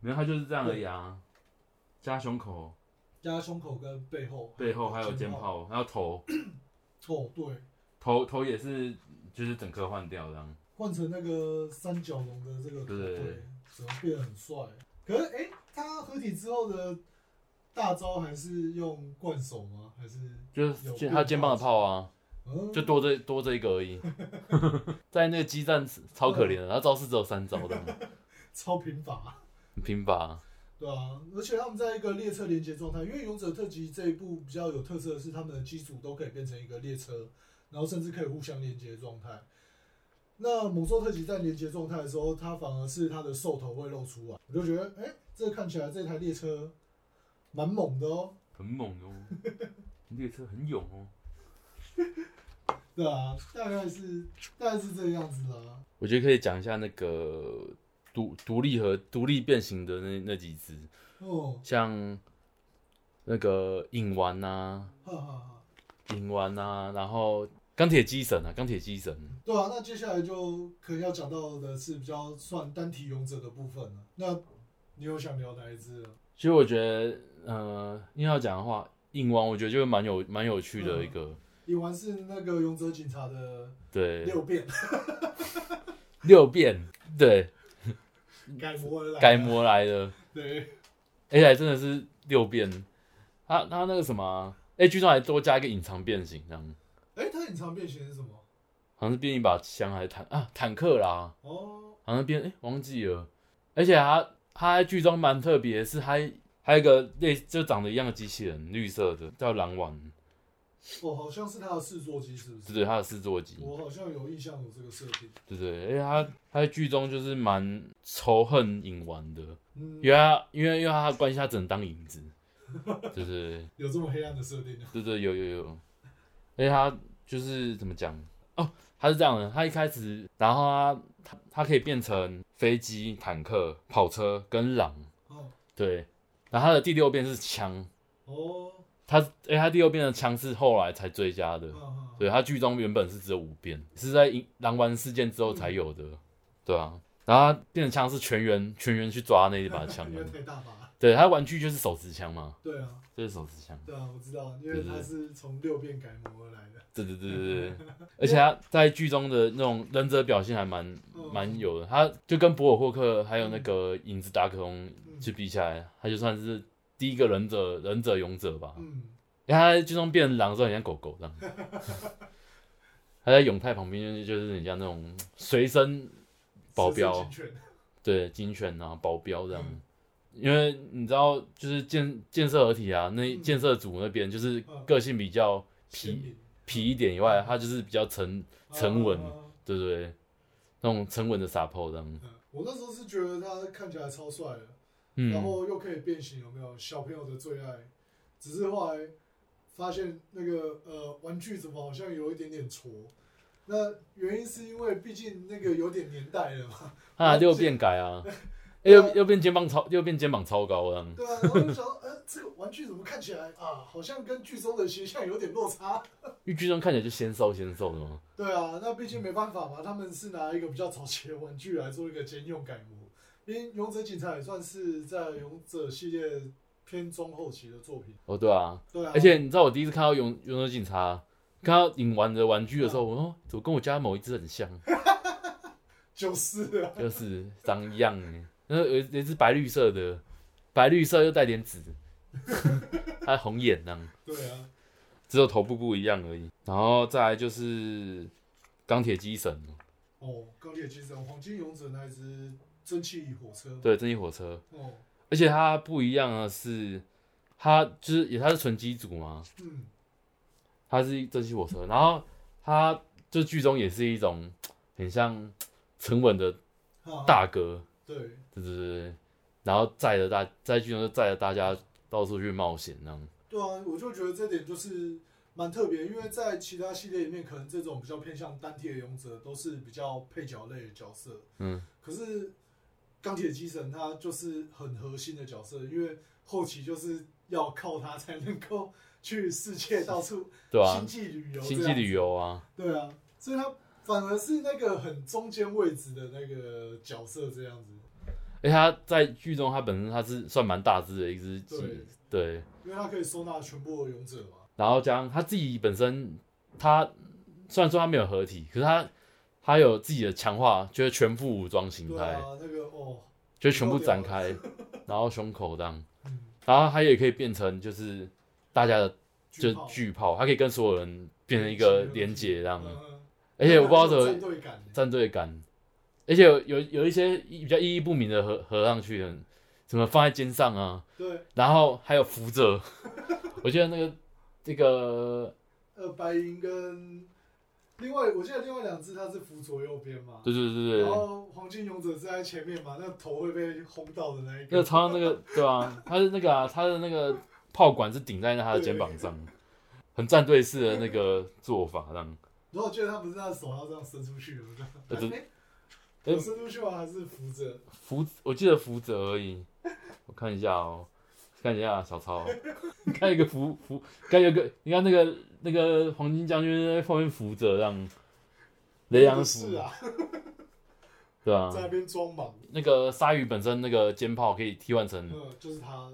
Speaker 3: 没有，它就是这样而已啊。加胸口、
Speaker 2: 加胸口跟背后，
Speaker 3: 背后还有肩。炮，还有头，
Speaker 2: 哦，对，
Speaker 3: 头头也是就是整颗换掉这样。
Speaker 2: 换成那个三角龙的这个头
Speaker 3: 对
Speaker 2: 盔，整个变得很帅。可是，诶，它合体之后的大招还是用惯手吗？还是
Speaker 3: 就是
Speaker 2: 有
Speaker 3: 肩他肩膀的炮啊，
Speaker 2: 嗯，
Speaker 3: 就多这多这一个而已。 在那个激战超可怜的，他招式只有三招的，
Speaker 2: 超啊频繁。
Speaker 3: 很贫乏。
Speaker 2: 对啊，而且他们在一个列车连接状态，因为《勇者特辑》这一部比较有特色的是，他们的机组都可以变成一个列车，然后甚至可以互相连接的状态。那猛兽特辑在连接状态的时候，它反而是它的兽头会露出来，我就觉得，哎、这看起来这台列车蛮猛的哦。
Speaker 3: 很猛哦， 列车很勇哦。
Speaker 2: 对啊，大概是大概是这个样子啦。
Speaker 3: 我觉得可以讲一下那个独独立和独立变形的那那几只，
Speaker 2: 哦，
Speaker 3: 像那个影丸呐、
Speaker 2: 哈哈哈。
Speaker 3: 影丸呐、然后钢铁机神啊，钢铁机神，
Speaker 2: 对啊，那接下来就可能要讲到的是比较算单体勇者的部分了。那你有想聊哪一只啊？
Speaker 3: 其实我觉得，呃，硬要讲的话，影丸我觉得就蛮有蛮有趣的一个，
Speaker 2: 影丸是那个勇者警察的
Speaker 3: 对，
Speaker 2: 六变
Speaker 3: 六变，对，
Speaker 2: 改模而来的，
Speaker 3: 改模来的，
Speaker 2: 对，
Speaker 3: 而且还真的是六变，他他那个什么、啊，哎，居然还多加一个隐藏变形这样。
Speaker 2: 哎、它隐藏变形是什么？
Speaker 3: 好像是变一把枪还是坦啊坦克啦，
Speaker 2: 哦，
Speaker 3: 好像变哎、忘记了，而且他他在剧中蛮特别的是，他还有一个类就长得一样的机器人，绿色的叫狼王，
Speaker 2: 哦，好像是他的试作机是不
Speaker 3: 对
Speaker 2: 是？
Speaker 3: 对，他的四座机，
Speaker 2: 我好像有印象有这个设定。
Speaker 3: 对对，而且他他在剧中就是蛮仇恨影丸的，
Speaker 2: 嗯
Speaker 3: 因，为他因为因为他的关系，他只能当影子，对对对
Speaker 2: 有这么黑暗的设定啊？
Speaker 3: 对对，有有有，而且他就是怎么讲哦，他是这样的，他一开始，然后他他他可以变成飞机、坦克、跑车跟狼，
Speaker 2: 哦
Speaker 3: 对，然后他的第六变是枪，
Speaker 2: 哦，
Speaker 3: 他哎、他第六变的枪是后来才追加的，
Speaker 2: 啊
Speaker 3: 对，他剧中原本是只有五遍，是在银狼丸事件之后才有的，对啊。然后他变成枪是全员全员去抓那一把枪
Speaker 2: 因
Speaker 3: 的
Speaker 2: 为，太大把。
Speaker 3: 对，他玩具就是手持枪嘛，
Speaker 2: 对啊，
Speaker 3: 这是手持枪，
Speaker 2: 对啊，我知道，因为他是从六变改模而来的。
Speaker 3: 对对对对对，而且他在剧中的那种忍者表现还蛮
Speaker 2: 嗯
Speaker 3: 蛮有的，他就跟博尔霍克还有那个影子达克隆
Speaker 2: 嗯
Speaker 3: 去比起来，他就算是第一个忍者忍者勇者吧，
Speaker 2: 嗯，
Speaker 3: 因为他在剧中变狼之后很像狗狗 这样，他在永泰旁边就是就是很像那种随身保
Speaker 2: 是，
Speaker 3: 镖
Speaker 2: 神经犬
Speaker 3: 对警犬啊保镖这样
Speaker 2: 嗯。
Speaker 3: 因为你知道，就是建建设合体啊，那
Speaker 2: 嗯
Speaker 3: 建设组那边就是
Speaker 2: 嗯
Speaker 3: 个性比较
Speaker 2: 鲜
Speaker 3: 皮
Speaker 2: 明
Speaker 3: 皮一点以外，他就是比较
Speaker 2: 嗯
Speaker 3: 沉沉稳
Speaker 2: 啊
Speaker 3: 对不对？那种沉稳的傻炮这样，
Speaker 2: 嗯我那时候是觉得他看起来超帅的，然
Speaker 3: 嗯，
Speaker 2: 后又可以变形，有没有？小朋友的最爱。只是后来发现那个呃玩具怎么好像有一点点挫，那原因是因为毕竟那个有点年代了 嘛。
Speaker 3: 啊，
Speaker 2: 我
Speaker 3: 又
Speaker 2: 记
Speaker 3: 变改 啊，
Speaker 2: 对啊
Speaker 3: 又又变肩膀超，又变肩膀超高这样，
Speaker 2: 对啊，然后就想说，呃，这个玩具怎么看起来啊，好像跟剧中的形象有点落差。
Speaker 3: 因为剧中看起来就纤瘦纤瘦的嘛，
Speaker 2: 对啊，那毕竟没办法嘛，他们是拿一个比较早期的玩具来做一个兼用改模，因为《勇者警察》也算是在《勇者》系列偏中后期的作品。
Speaker 3: 哦对啊，
Speaker 2: 对啊，
Speaker 3: 而且你知道我第一次看到勇勇者警察看到影丸的玩具的时候，我说怎么跟我家某一只很像，
Speaker 2: 就是啊，
Speaker 3: 就是长一样哎，那有一有一只白绿色的，白绿色又带点紫， 它红眼那样，
Speaker 2: 对啊，
Speaker 3: 只有头部不一样而已，然后再来就是钢铁机神，
Speaker 2: 哦，钢铁精神、黄金勇者那一只蒸汽火车，
Speaker 3: 对，蒸汽火车。
Speaker 2: 哦，
Speaker 3: 而且它不一样的是，它就是也它是纯机组嘛，
Speaker 2: 嗯，
Speaker 3: 它是蒸汽火车，然后它就剧中也是一种很像沉稳的
Speaker 2: 哈，
Speaker 3: 大哥，
Speaker 2: 对，
Speaker 3: 对对对对，然后载着大在剧中就载着大家到处去冒险那样，
Speaker 2: 对啊，我就觉得这点就是蛮特别，因为在其他系列里面，可能这种比较偏向单体的勇者都是比较配角类的角色，
Speaker 3: 嗯，
Speaker 2: 可是钢铁机神他就是很核心的角色，因为后期就是要靠他才能够去世界到处
Speaker 3: 对吧、
Speaker 2: 星际旅游，
Speaker 3: 星际旅
Speaker 2: 游，
Speaker 3: 游啊，
Speaker 2: 对啊，所以他反而是那个很中间位置的那个角色这样子，
Speaker 3: 而且它在剧中它本身它是算蛮大只的一只鸡，
Speaker 2: 对，
Speaker 3: 对，
Speaker 2: 因为他可以收纳全部的勇者嘛，
Speaker 3: 然后加上他自己本身，他虽然说他没有合体，可是他他有自己的强化，就是全副武装形
Speaker 2: 对
Speaker 3: 态，
Speaker 2: 啊，那个哦，
Speaker 3: 就全部展开，然后胸口这样，
Speaker 2: 嗯，
Speaker 3: 然后他也可以变成就是大家的就
Speaker 2: 炮
Speaker 3: 巨炮，他可以跟所有人变成一个连接啊这样，
Speaker 2: 嗯
Speaker 3: 而且我不知道怎
Speaker 2: 有战
Speaker 3: 么
Speaker 2: 队感，欸
Speaker 3: 战队感，而且有有有一些比较意义不明的合合上去的，什么放在肩上啊，
Speaker 2: 对，
Speaker 3: 然后还有扶着， 我觉得那个这个
Speaker 2: 呃，白银跟另外，我记得另外两只它是扶左右边嘛，
Speaker 3: 对对对对
Speaker 2: 然
Speaker 3: 对。
Speaker 2: 后黄金勇者是在前面嘛，那头会被轰到的那一
Speaker 3: 那
Speaker 2: 个，
Speaker 3: 个超像那个对啊，他是那个啊，他的那个炮管是顶在他的肩膀上，很战队式的那个做法，这样。
Speaker 2: 然后我觉得他不是他的手要这样伸出去的，
Speaker 3: 呃
Speaker 2: 对
Speaker 3: 对
Speaker 2: 不对？有伸出去吗？还是扶着？
Speaker 3: 福，我记得福泽而已，我看一下哦，看一下小超，哦你看一个福福，看有个，你看那个那个黄金将军在后面扶着，让雷阳扶
Speaker 2: 是，啊，
Speaker 3: 对啊，
Speaker 2: 在那边装莽，
Speaker 3: 那个鲨鱼本身那个肩炮可以替换成，
Speaker 2: 嗯，就是他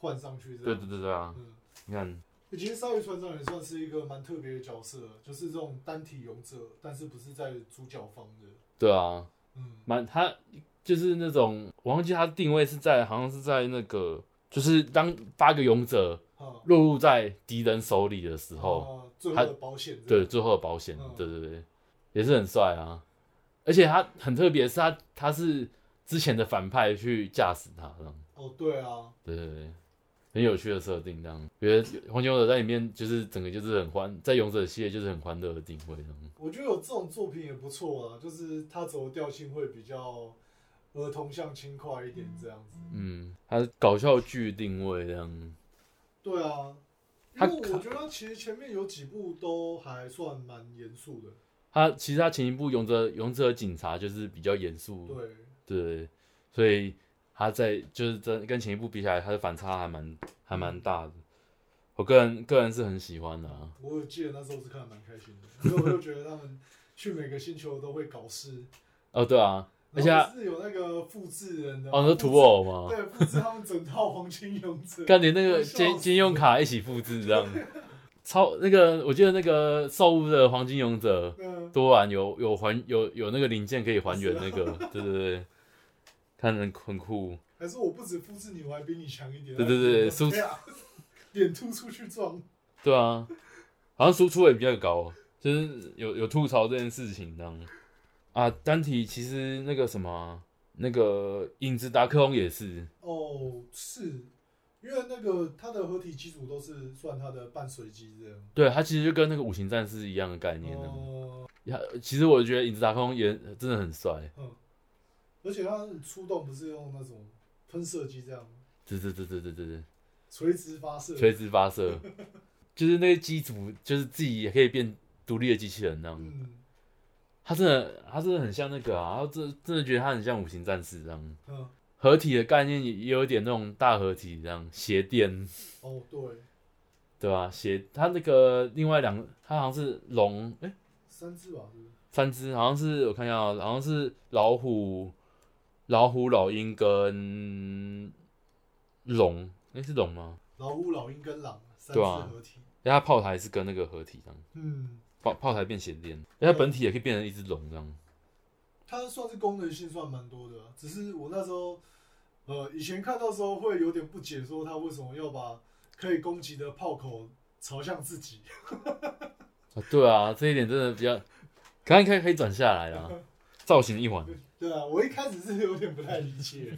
Speaker 2: 换上去这
Speaker 3: 对
Speaker 2: 样。
Speaker 3: 对对对啊，
Speaker 2: 嗯，
Speaker 3: 你看，
Speaker 2: 其实鲨鱼船长也算是一个蛮特别的角色，啊就是这种单体勇者，但是不是在主角方的，
Speaker 3: 对啊，
Speaker 2: 嗯，
Speaker 3: 蛮他就是那种，我忘记他定位是在，好像是在那个，就是当八个勇者
Speaker 2: 啊，
Speaker 3: 落入在敌人手里的时候，
Speaker 2: 啊最后的保险这样，
Speaker 3: 对最后的保险，
Speaker 2: 嗯
Speaker 3: 对对对，也是很帅啊。而且他很特别，是他他是之前的反派去驾驶他，这样
Speaker 2: 哦，对啊，
Speaker 3: 对对对，很有趣的设定，这样。觉得黄金勇者在里面就是整个就是很欢，在勇者系列就是很欢乐的定位，这样。
Speaker 2: 我觉得有这种作品也不错啊，就是它走的调性会比较儿童向轻快一点这样子。
Speaker 3: 嗯，他搞笑剧定位这样。
Speaker 2: 对啊，因
Speaker 3: 它
Speaker 2: 为我觉得其实前面有几部都还算蛮严肃的，
Speaker 3: 他其实他前一部《勇者勇者警察》就是比较严肃，
Speaker 2: 对，
Speaker 3: 对，所以他在就是这跟前一部比起来，他的反差还蛮还
Speaker 2: 嗯
Speaker 3: 蛮大的。我个人个人是很喜欢的、啊，
Speaker 2: 我有记得那时候是看得蛮开心的，所以我就觉得他们去每个星球都会搞事，
Speaker 3: 哦对啊，而且他
Speaker 2: 然后是有那个复制人的，
Speaker 3: 哦你
Speaker 2: 复
Speaker 3: 说土
Speaker 2: 制
Speaker 3: 偶吗？
Speaker 2: 对，复制他们整套黄金勇者，
Speaker 3: 干连那个
Speaker 2: 我笑死
Speaker 3: 金金用卡一起复制这样，超那个我记得那个兽物的黄金勇者
Speaker 2: 嗯，
Speaker 3: 多兰有有还有有那个零件可以还原那个，对对对，看着很很酷。
Speaker 2: 还是我不止复制你，我还比你强一点，
Speaker 3: 对对对苏
Speaker 2: 对啊， 脸突出去撞，
Speaker 3: 对啊，好像输出也比较高，哦就是有有吐槽这件事情这样。啊，单体其实那个什么啊，那个影子达克翁也是，
Speaker 2: 哦，是。因为那个它的合体基础都是算它的半随机这样，
Speaker 3: 对他其实就跟那个五行战士一样的概念呢、
Speaker 2: 哦，
Speaker 3: 呀其实我觉得影子达克翁也真的很帅，
Speaker 2: 而且它出动不是用那种喷射机这样
Speaker 3: 对对对对对对对，
Speaker 2: 垂直发射，
Speaker 3: 垂直发射， 就是那个机组就是自己也可以变独立的机器人那样。
Speaker 2: 嗯
Speaker 3: 他真的他真的很像那个啊，他真真的觉得他很像五行战士这样。
Speaker 2: 嗯，
Speaker 3: 合体的概念也也有点那种大合体这样鞋垫。
Speaker 2: 哦对，
Speaker 3: 对吧、鞋他那个另外两个，他好像是龙，哎、
Speaker 2: 三只吧，是不是？
Speaker 3: 三只，好像是我看一下啊，好像是老虎、老虎、老鹰跟龙，哎、是龙吗？
Speaker 2: 老虎、老鹰跟狼三只
Speaker 3: 对啊
Speaker 2: 合体，
Speaker 3: 因为它炮台是跟那个合体这样，
Speaker 2: 嗯，
Speaker 3: 炮炮台变鞋垫，因为它本体也可以变成一只龙这样。
Speaker 2: 它算是功能性算蛮多的啊，只是我那时候呃以前看到时候会有点不解，说它为什么要把可以攻击的炮口朝向自己，
Speaker 3: 啊对啊，这一点真的比较，可能可以可以转下来啊，造型一环，
Speaker 2: 对啊，我一开始是有点不太理解，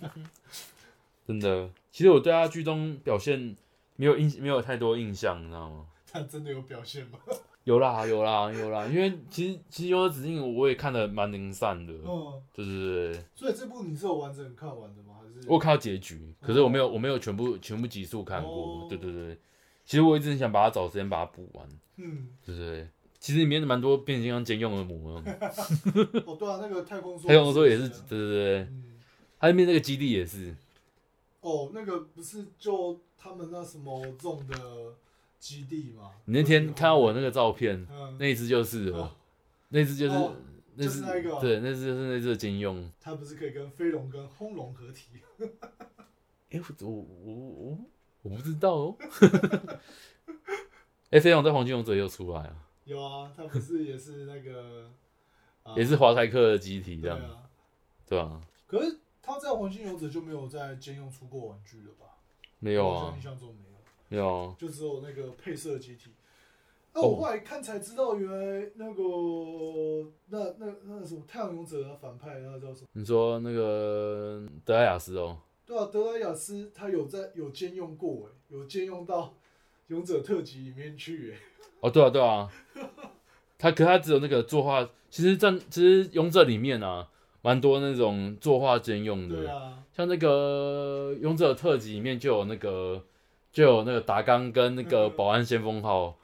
Speaker 3: 真的。其实我对他剧中表现没有印没有太多印象，你知道吗？
Speaker 2: 它真的有表现 吗？
Speaker 3: 有啦有啦有啦，因为其实其实《幽游指令》我也看的蛮零散的，
Speaker 2: 嗯，
Speaker 3: 对对对，
Speaker 2: 所以这部你是有完整看完的吗？还是
Speaker 3: 我有看到结局，可是我没有我没有全部全部集数看
Speaker 2: 哦
Speaker 3: 过，对对对，其实我一直很想把它找时间把它补完，
Speaker 2: 嗯，
Speaker 3: 对对对，其实里面蛮多变形金刚兼用的模，
Speaker 2: 哦对啊，那个太空梭，啊
Speaker 3: 还有说也是，对对对，
Speaker 2: 嗯。
Speaker 3: 它里面那个基地也是，
Speaker 2: 哦，那个不是就他们那什么种的基地吗？
Speaker 3: 你那天看到我那个照片，
Speaker 2: 嗯，
Speaker 3: 那一只就是
Speaker 2: 哦
Speaker 3: 哦，那只就是
Speaker 2: 哦
Speaker 3: 那
Speaker 2: 就是
Speaker 3: 只
Speaker 2: 那个哦
Speaker 3: 对，那只就是那只的兼用，
Speaker 2: 他不是可以跟飞龙跟轰龙合体？
Speaker 3: 哎、我我我我我不知道哦。 哎、飞龙在黄金勇者又出来啊，
Speaker 2: 有啊，他不是也是那 个，啊
Speaker 3: 也是华台克的集体这
Speaker 2: 对
Speaker 3: 样，
Speaker 2: 啊。
Speaker 3: 对吧、
Speaker 2: 可是他在黄金游者就没有在兼用出过玩具了吧？
Speaker 3: 没有
Speaker 2: 我好像
Speaker 3: 啊
Speaker 2: 印，象中没有，
Speaker 3: 没有啊。
Speaker 2: 就只有那个配色机体。那
Speaker 3: 哦
Speaker 2: 我后来看才知道，原来那个那那那什么太阳勇者的反派，那个叫什么？
Speaker 3: 你说那个德莱雅斯哦，
Speaker 2: 对啊，德莱雅斯他有在有兼用过哎，有兼用到勇者特辑里面去哎。
Speaker 3: 哦，对啊，对啊，他可他只有那个作画，其实战其实勇者里面啊，蛮多那种作画兼用
Speaker 2: 对
Speaker 3: 的，
Speaker 2: 啊，
Speaker 3: 像那个勇者特辑里面就有那个就有那个达纲跟那个保安先锋号，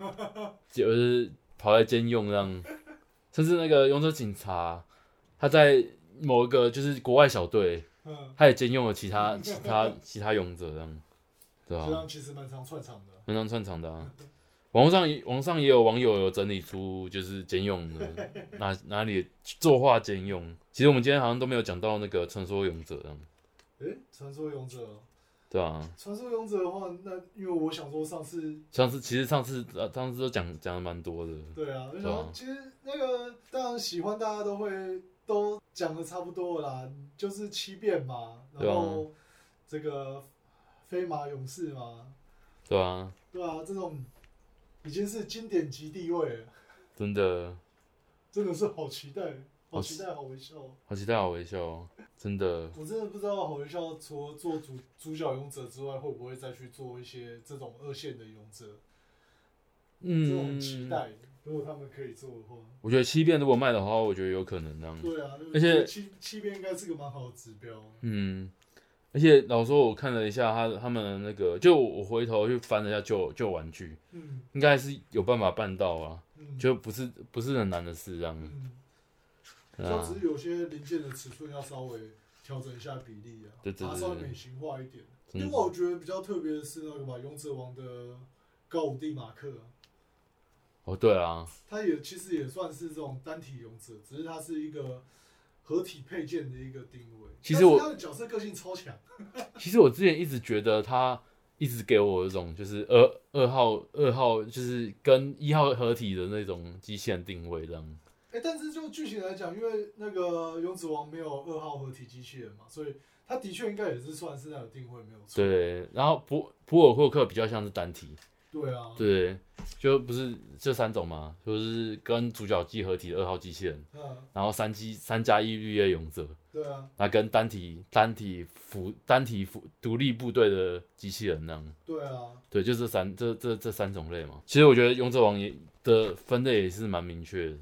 Speaker 3: 就是跑来兼用这样，甚至那个勇者警察，他在某一个就是国外小队，
Speaker 2: 嗯，
Speaker 3: 他也兼用了其他其他其他勇者这样，对
Speaker 2: 这
Speaker 3: 啊，
Speaker 2: 样其实蛮常串场的。
Speaker 3: 蛮常串场的啊。网络上也网上也有网友有整理出就是兼用的哪哪里作画兼用，其实我们今天好像都没有讲到那个传说勇者这样，
Speaker 2: 诶、传说勇者，
Speaker 3: 对啊，
Speaker 2: 传说勇者的话，那因为我想说上次，
Speaker 3: 上次其实上次呃上次都讲讲的蛮多的，
Speaker 2: 对啊，我想说
Speaker 3: 对啊
Speaker 2: 其实那个当然喜欢大家都会都讲的差不多了啦，就是七变嘛，
Speaker 3: 对
Speaker 2: 然
Speaker 3: 啊
Speaker 2: 后这个飞马勇士嘛，
Speaker 3: 对啊，
Speaker 2: 对啊，这种已经是经典级地位了。
Speaker 3: 真的
Speaker 2: 真的是好期待，好期待，好微笑哦。
Speaker 3: 好期待好微笑哦，真的。
Speaker 2: 我真的不知道好微笑除了做主主角勇者之外，会不会再去做一些这种二线的勇者，这种
Speaker 3: 嗯
Speaker 2: 很，期待。如果他们可以做的话，
Speaker 3: 我觉得七变如果卖的话，我觉得有可能这样。
Speaker 2: 对啊，
Speaker 3: 嗯而且
Speaker 2: 七七边应该是个蛮好的指标。
Speaker 3: 嗯，而且老实说，我看了一下他他们的那个，就我回头去翻了一下旧旧玩具，
Speaker 2: 嗯
Speaker 3: 应该还是有办法办到啊，
Speaker 2: 嗯，
Speaker 3: 就不是不是很难的事这样。
Speaker 2: 嗯，
Speaker 3: 对
Speaker 2: 就
Speaker 3: 啊
Speaker 2: 只，是有些零件的尺寸要稍微调整一下比例啊，
Speaker 3: 对对
Speaker 2: 把它
Speaker 3: 对
Speaker 2: 稍微
Speaker 3: 对
Speaker 2: 美型化一点。
Speaker 3: 真
Speaker 2: 另
Speaker 3: 的
Speaker 2: 外，我觉得比较特别的是那个吧，《勇者王》的高武帝马克啊、
Speaker 3: 哦，对啊，
Speaker 2: 他也其实也算是这种单体勇者，只是他是一个合体配件的一个定位。
Speaker 3: 其实我
Speaker 2: 但是他的角色个性超强，
Speaker 3: 其实我之前一直觉得他一直给我一种就是二二号二号就是跟一号合体的那种机器人定位这样。
Speaker 2: 哎、但是就剧情来讲，因为那个勇者王没有二号合体机器人嘛，所以他的确应该也是算是那个定位没有错。
Speaker 3: 对，然后普普尔霍克比较像是单体，
Speaker 2: 对啊，
Speaker 3: 对，就不是这三种嘛，就是跟主角机合体的二号机器人，
Speaker 2: 嗯，
Speaker 3: 然后三机三加一绿叶勇者，
Speaker 2: 对啊，
Speaker 3: 那跟单体单体服单体服独立部队的机器人那样。
Speaker 2: 对啊，
Speaker 3: 对，就这三这这这三种类嘛。其实我觉得勇者王也的分类也是蛮明确的。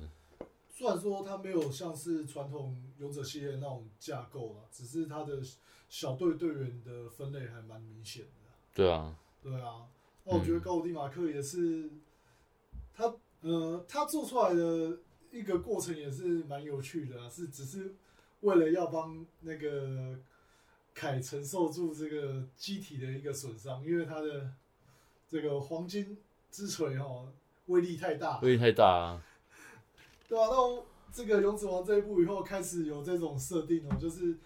Speaker 2: 虽然说它没有像是传统勇者系列那种架构啊，只是它的小队队员的分类还蛮明显的啊、
Speaker 3: 对啊，
Speaker 2: 对啊，那我觉得
Speaker 3: 嗯
Speaker 2: 高迪马克也是，他呃，他做出来的一个过程也是蛮有趣的啊，是只是为了要帮那个凯承受住这个机体的一个损伤，因为他的这个黄金之锤哦威力太大，
Speaker 3: 威力太大啊。
Speaker 2: 对啊，到这个勇者王这一步以后，开始有这种设定哦，就是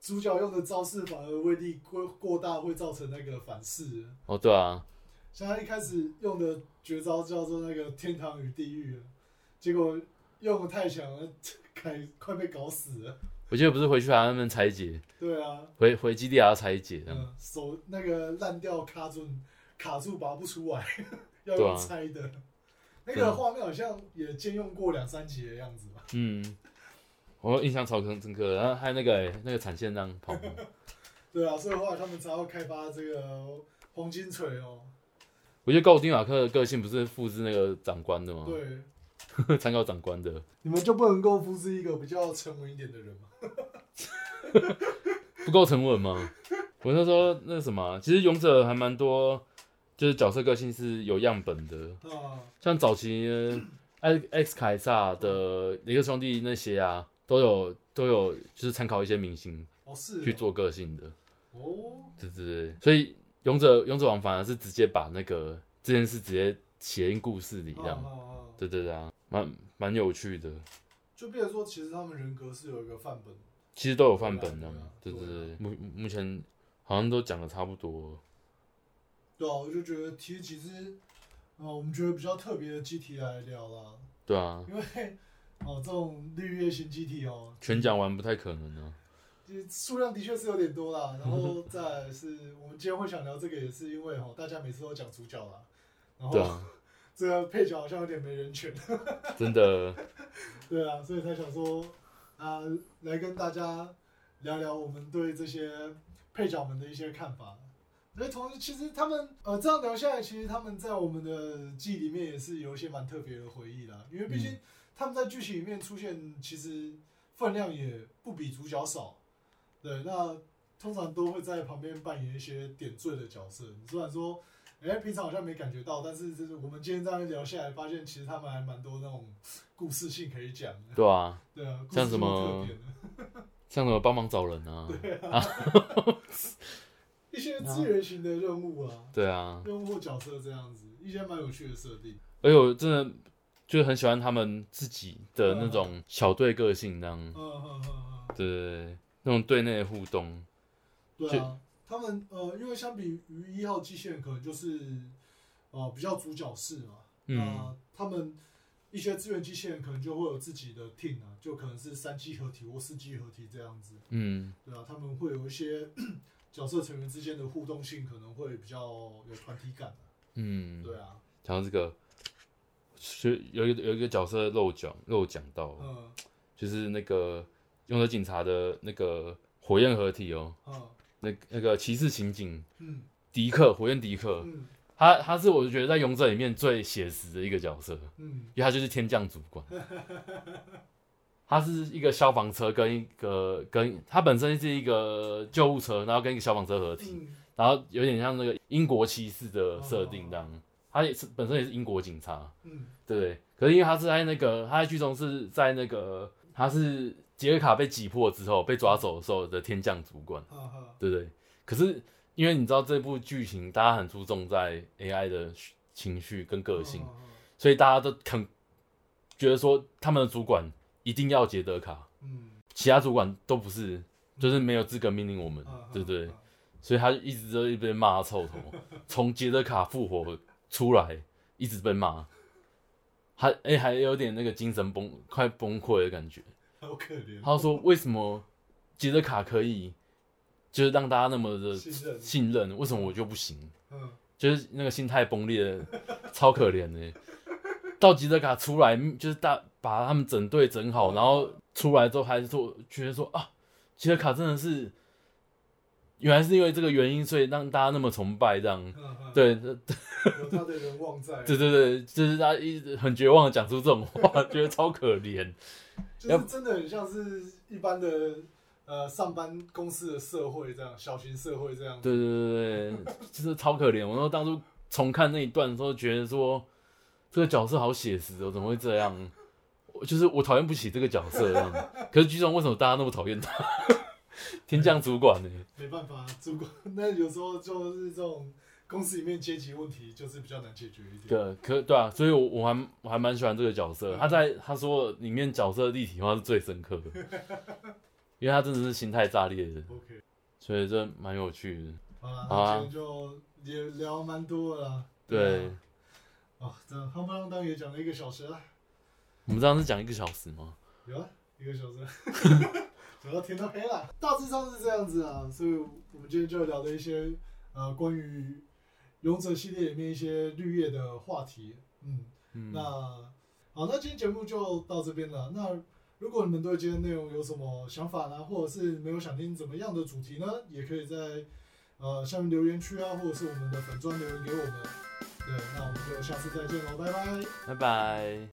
Speaker 2: 主角用的招式反而威力过过大，会造成那个反噬。
Speaker 3: 哦，对啊，
Speaker 2: 像他一开始用的绝招叫做那个天堂与地狱啊，结果用的太强了， 凯快被搞死了。
Speaker 3: 我记得不是回去还让他们拆解，
Speaker 2: 对啊，
Speaker 3: 回回基地还要拆解这样。
Speaker 2: 嗯，手那个烂掉卡住，卡住拔不出来， 要
Speaker 3: 对啊
Speaker 2: 用猜的。那
Speaker 3: 对啊
Speaker 2: 个画面好像也借用过两三集的样子吧。
Speaker 3: 嗯，我印象超深深刻的。然后还有那个、欸、那个产线这样跑，
Speaker 2: 对啊，所以后来他们才要开发这个黄金锤哦。
Speaker 3: 我觉得高尔丁啊马克的个性不是复制那个长官的吗？
Speaker 2: 对，
Speaker 3: 对，参考长官的。
Speaker 2: 你们就不能够复制一个比较沉稳一点的人吗？
Speaker 3: 不够沉稳吗？我那时候那什么，啊其实勇者还蛮多，就是角色个性是有样本的，
Speaker 2: 啊，
Speaker 3: 像早期呃 X X 凯撒的雷克兄弟那些啊，都有都有就是参考一些明星
Speaker 2: 哦是哦
Speaker 3: 去做个性的，
Speaker 2: 哦，
Speaker 3: 对对对，所以勇者勇者王反而是直接把那个这件事直接写进故事里这
Speaker 2: 啊
Speaker 3: 样，
Speaker 2: 啊啊
Speaker 3: 对对对啊，蛮蛮有趣的，
Speaker 2: 就变成说，其实他们人格是有一个范本。
Speaker 3: 其实都有范本的
Speaker 2: 对啊，
Speaker 3: 对
Speaker 2: 对啊
Speaker 3: 对对，目目前好像都讲的差不多了，
Speaker 2: 对啊，我就觉得提几只，啊、我们觉得比较特别的机体来聊啦，
Speaker 3: 对啊。
Speaker 2: 因为哦、这种绿叶型机体哦，
Speaker 3: 全讲完不太可能啊。
Speaker 2: 就是数量的确是有点多啦。然后再来是我们今天会想聊这个，也是因为哦，大家每次都讲主角啦，然
Speaker 3: 对
Speaker 2: 后
Speaker 3: 啊，
Speaker 2: 这个配角好像有点没人权，
Speaker 3: 真的，
Speaker 2: 对啊，所以才想说啊、来跟大家聊聊我们对这些配角们的一些看法。所以同时，其实他们呃这样聊下来，其实他们在我们的记忆里面也是有一些蛮特别的回忆啦。因为毕竟他们在剧情里面出现，其实分量也不比主角少。对，那通常都会在旁边扮演一些点缀的角色。你虽然说，哎、平常好像没感觉到，但是就是我们今天这样聊下来，发现其实他们还蛮多那种故事性可以讲的。
Speaker 3: 对啊，
Speaker 2: 对啊，故事
Speaker 3: 像
Speaker 2: 性
Speaker 3: 什
Speaker 2: 特
Speaker 3: 么
Speaker 2: 点的
Speaker 3: 像什么帮忙找人啊，
Speaker 2: 一些资源型的任务啊，
Speaker 3: 对啊，
Speaker 2: 任务或角色这样子，一些蛮有趣的设定。
Speaker 3: 而且我真的就是很喜欢他们自己的那种小队个性，那样
Speaker 2: 嗯，嗯嗯嗯，
Speaker 3: 对对对，那种队内的互动，
Speaker 2: 对啊，他们呃，因为相比于一号机器人，可能就是呃比较主角式嘛，那、
Speaker 3: 嗯，
Speaker 2: 他们一些资源机器人可能就会有自己的 team 啊，就可能是三机合体或四机合体这样子，
Speaker 3: 嗯，
Speaker 2: 对啊，他们会有一些 角色成员之间的互动性，可能会比较有团体感啊、
Speaker 3: 嗯，
Speaker 2: 对啊，
Speaker 3: 讲到这个，学有一个有一个角色漏讲漏讲到，
Speaker 2: 嗯
Speaker 3: 就是那个用的警察的那个火焰合体哦，
Speaker 2: 嗯
Speaker 3: 那那个骑士刑警
Speaker 2: 嗯
Speaker 3: 迪克火焰迪克，
Speaker 2: 嗯
Speaker 3: 他他是我觉得在勇者里面最写实的一个角色，因
Speaker 2: 嗯
Speaker 3: 为他就是天降主管， 他是一个消防车跟一个跟他本身是一个救护车，然后跟一个消防车合体，
Speaker 2: 嗯，
Speaker 3: 然后有点像那个英国骑士的设定这样，他也是本身也是英国警察，
Speaker 2: 嗯
Speaker 3: 对不对？可是因为他是在那个他在剧中是在那个他是杰克卡被击破之后被抓走的时候的天降主管，
Speaker 2: 哈哈，
Speaker 3: 对不对？可是因为你知道这部剧情大家很注重在 AI 的情绪跟个性，
Speaker 2: 哈哈
Speaker 3: 所以大家都肯觉得说他们的主管一定要杰德卡，
Speaker 2: 嗯，
Speaker 3: 其他主管都不是，就是没有资格命令我们
Speaker 2: 哈哈，
Speaker 3: 对不对？
Speaker 2: 哈
Speaker 3: 所以他就一直都一直被骂臭头，从杰德卡复活出来，一直被骂，还哎、还有点那个精神崩快崩溃的感觉。
Speaker 2: 好可怜，
Speaker 3: 他说为什么杰德卡可以就是让大家那么的
Speaker 2: 信任，
Speaker 3: 信任，为什么我就不行？
Speaker 2: 嗯
Speaker 3: 就是那个心态崩裂 的，超可怜的。到吉德卡出来，嗯就是大把他们整队整好，然后出来之后还是说觉得说啊，吉德卡真的是，原来是因为这个原因，所以让大家那么崇拜这样。
Speaker 2: 哈哈，
Speaker 3: 对，这
Speaker 2: 有他的人望在，
Speaker 3: 对对对，就是他一直很绝望的讲出这种话， 觉得超可怜。
Speaker 2: 就是真的很像是一般的呃上班公司的社会这样，小型社会这样，
Speaker 3: 对对对对， 就是超可怜。我说当初重看那一段的时候，觉得说这个角色好写实哦，怎么会这样？我就是我讨厌不起这个角色这样。可是剧中为什么大家那么讨厌他？ 天降主管欸呢、
Speaker 2: 没办法，主管那有时候就是这种公司里面阶级问题，就是比较难解决一点。
Speaker 3: 对，可对啊，所以我我还我还蛮喜欢这个角色。他在他说里面角色立体化是最深刻的，因为他真的是心态炸裂的，
Speaker 2: OK，
Speaker 3: 所以这蛮有趣的。
Speaker 2: 好啦，
Speaker 3: 好啊
Speaker 2: 那今天就也聊蛮多的啦。
Speaker 3: 对，啊
Speaker 2: 哦，这样夯不啷当也讲了一个小时啦，
Speaker 3: 我们这样是讲一个小时吗？
Speaker 2: 有啊，一个小时， 走到天都黑了。大致上是这样子啊，所以我们今天就聊了一些呃关于勇者系列里面一些绿叶的话题。嗯，
Speaker 3: 嗯
Speaker 2: 那，好，那今天节目就到这边了。那如果你们对今天内容有什么想法呢，或者是没有想听怎么样的主题呢，也可以在呃下面留言区啊，或者是我们的粉砖留言给我们。对，那我们就下次再见喽，拜拜。
Speaker 3: 拜拜。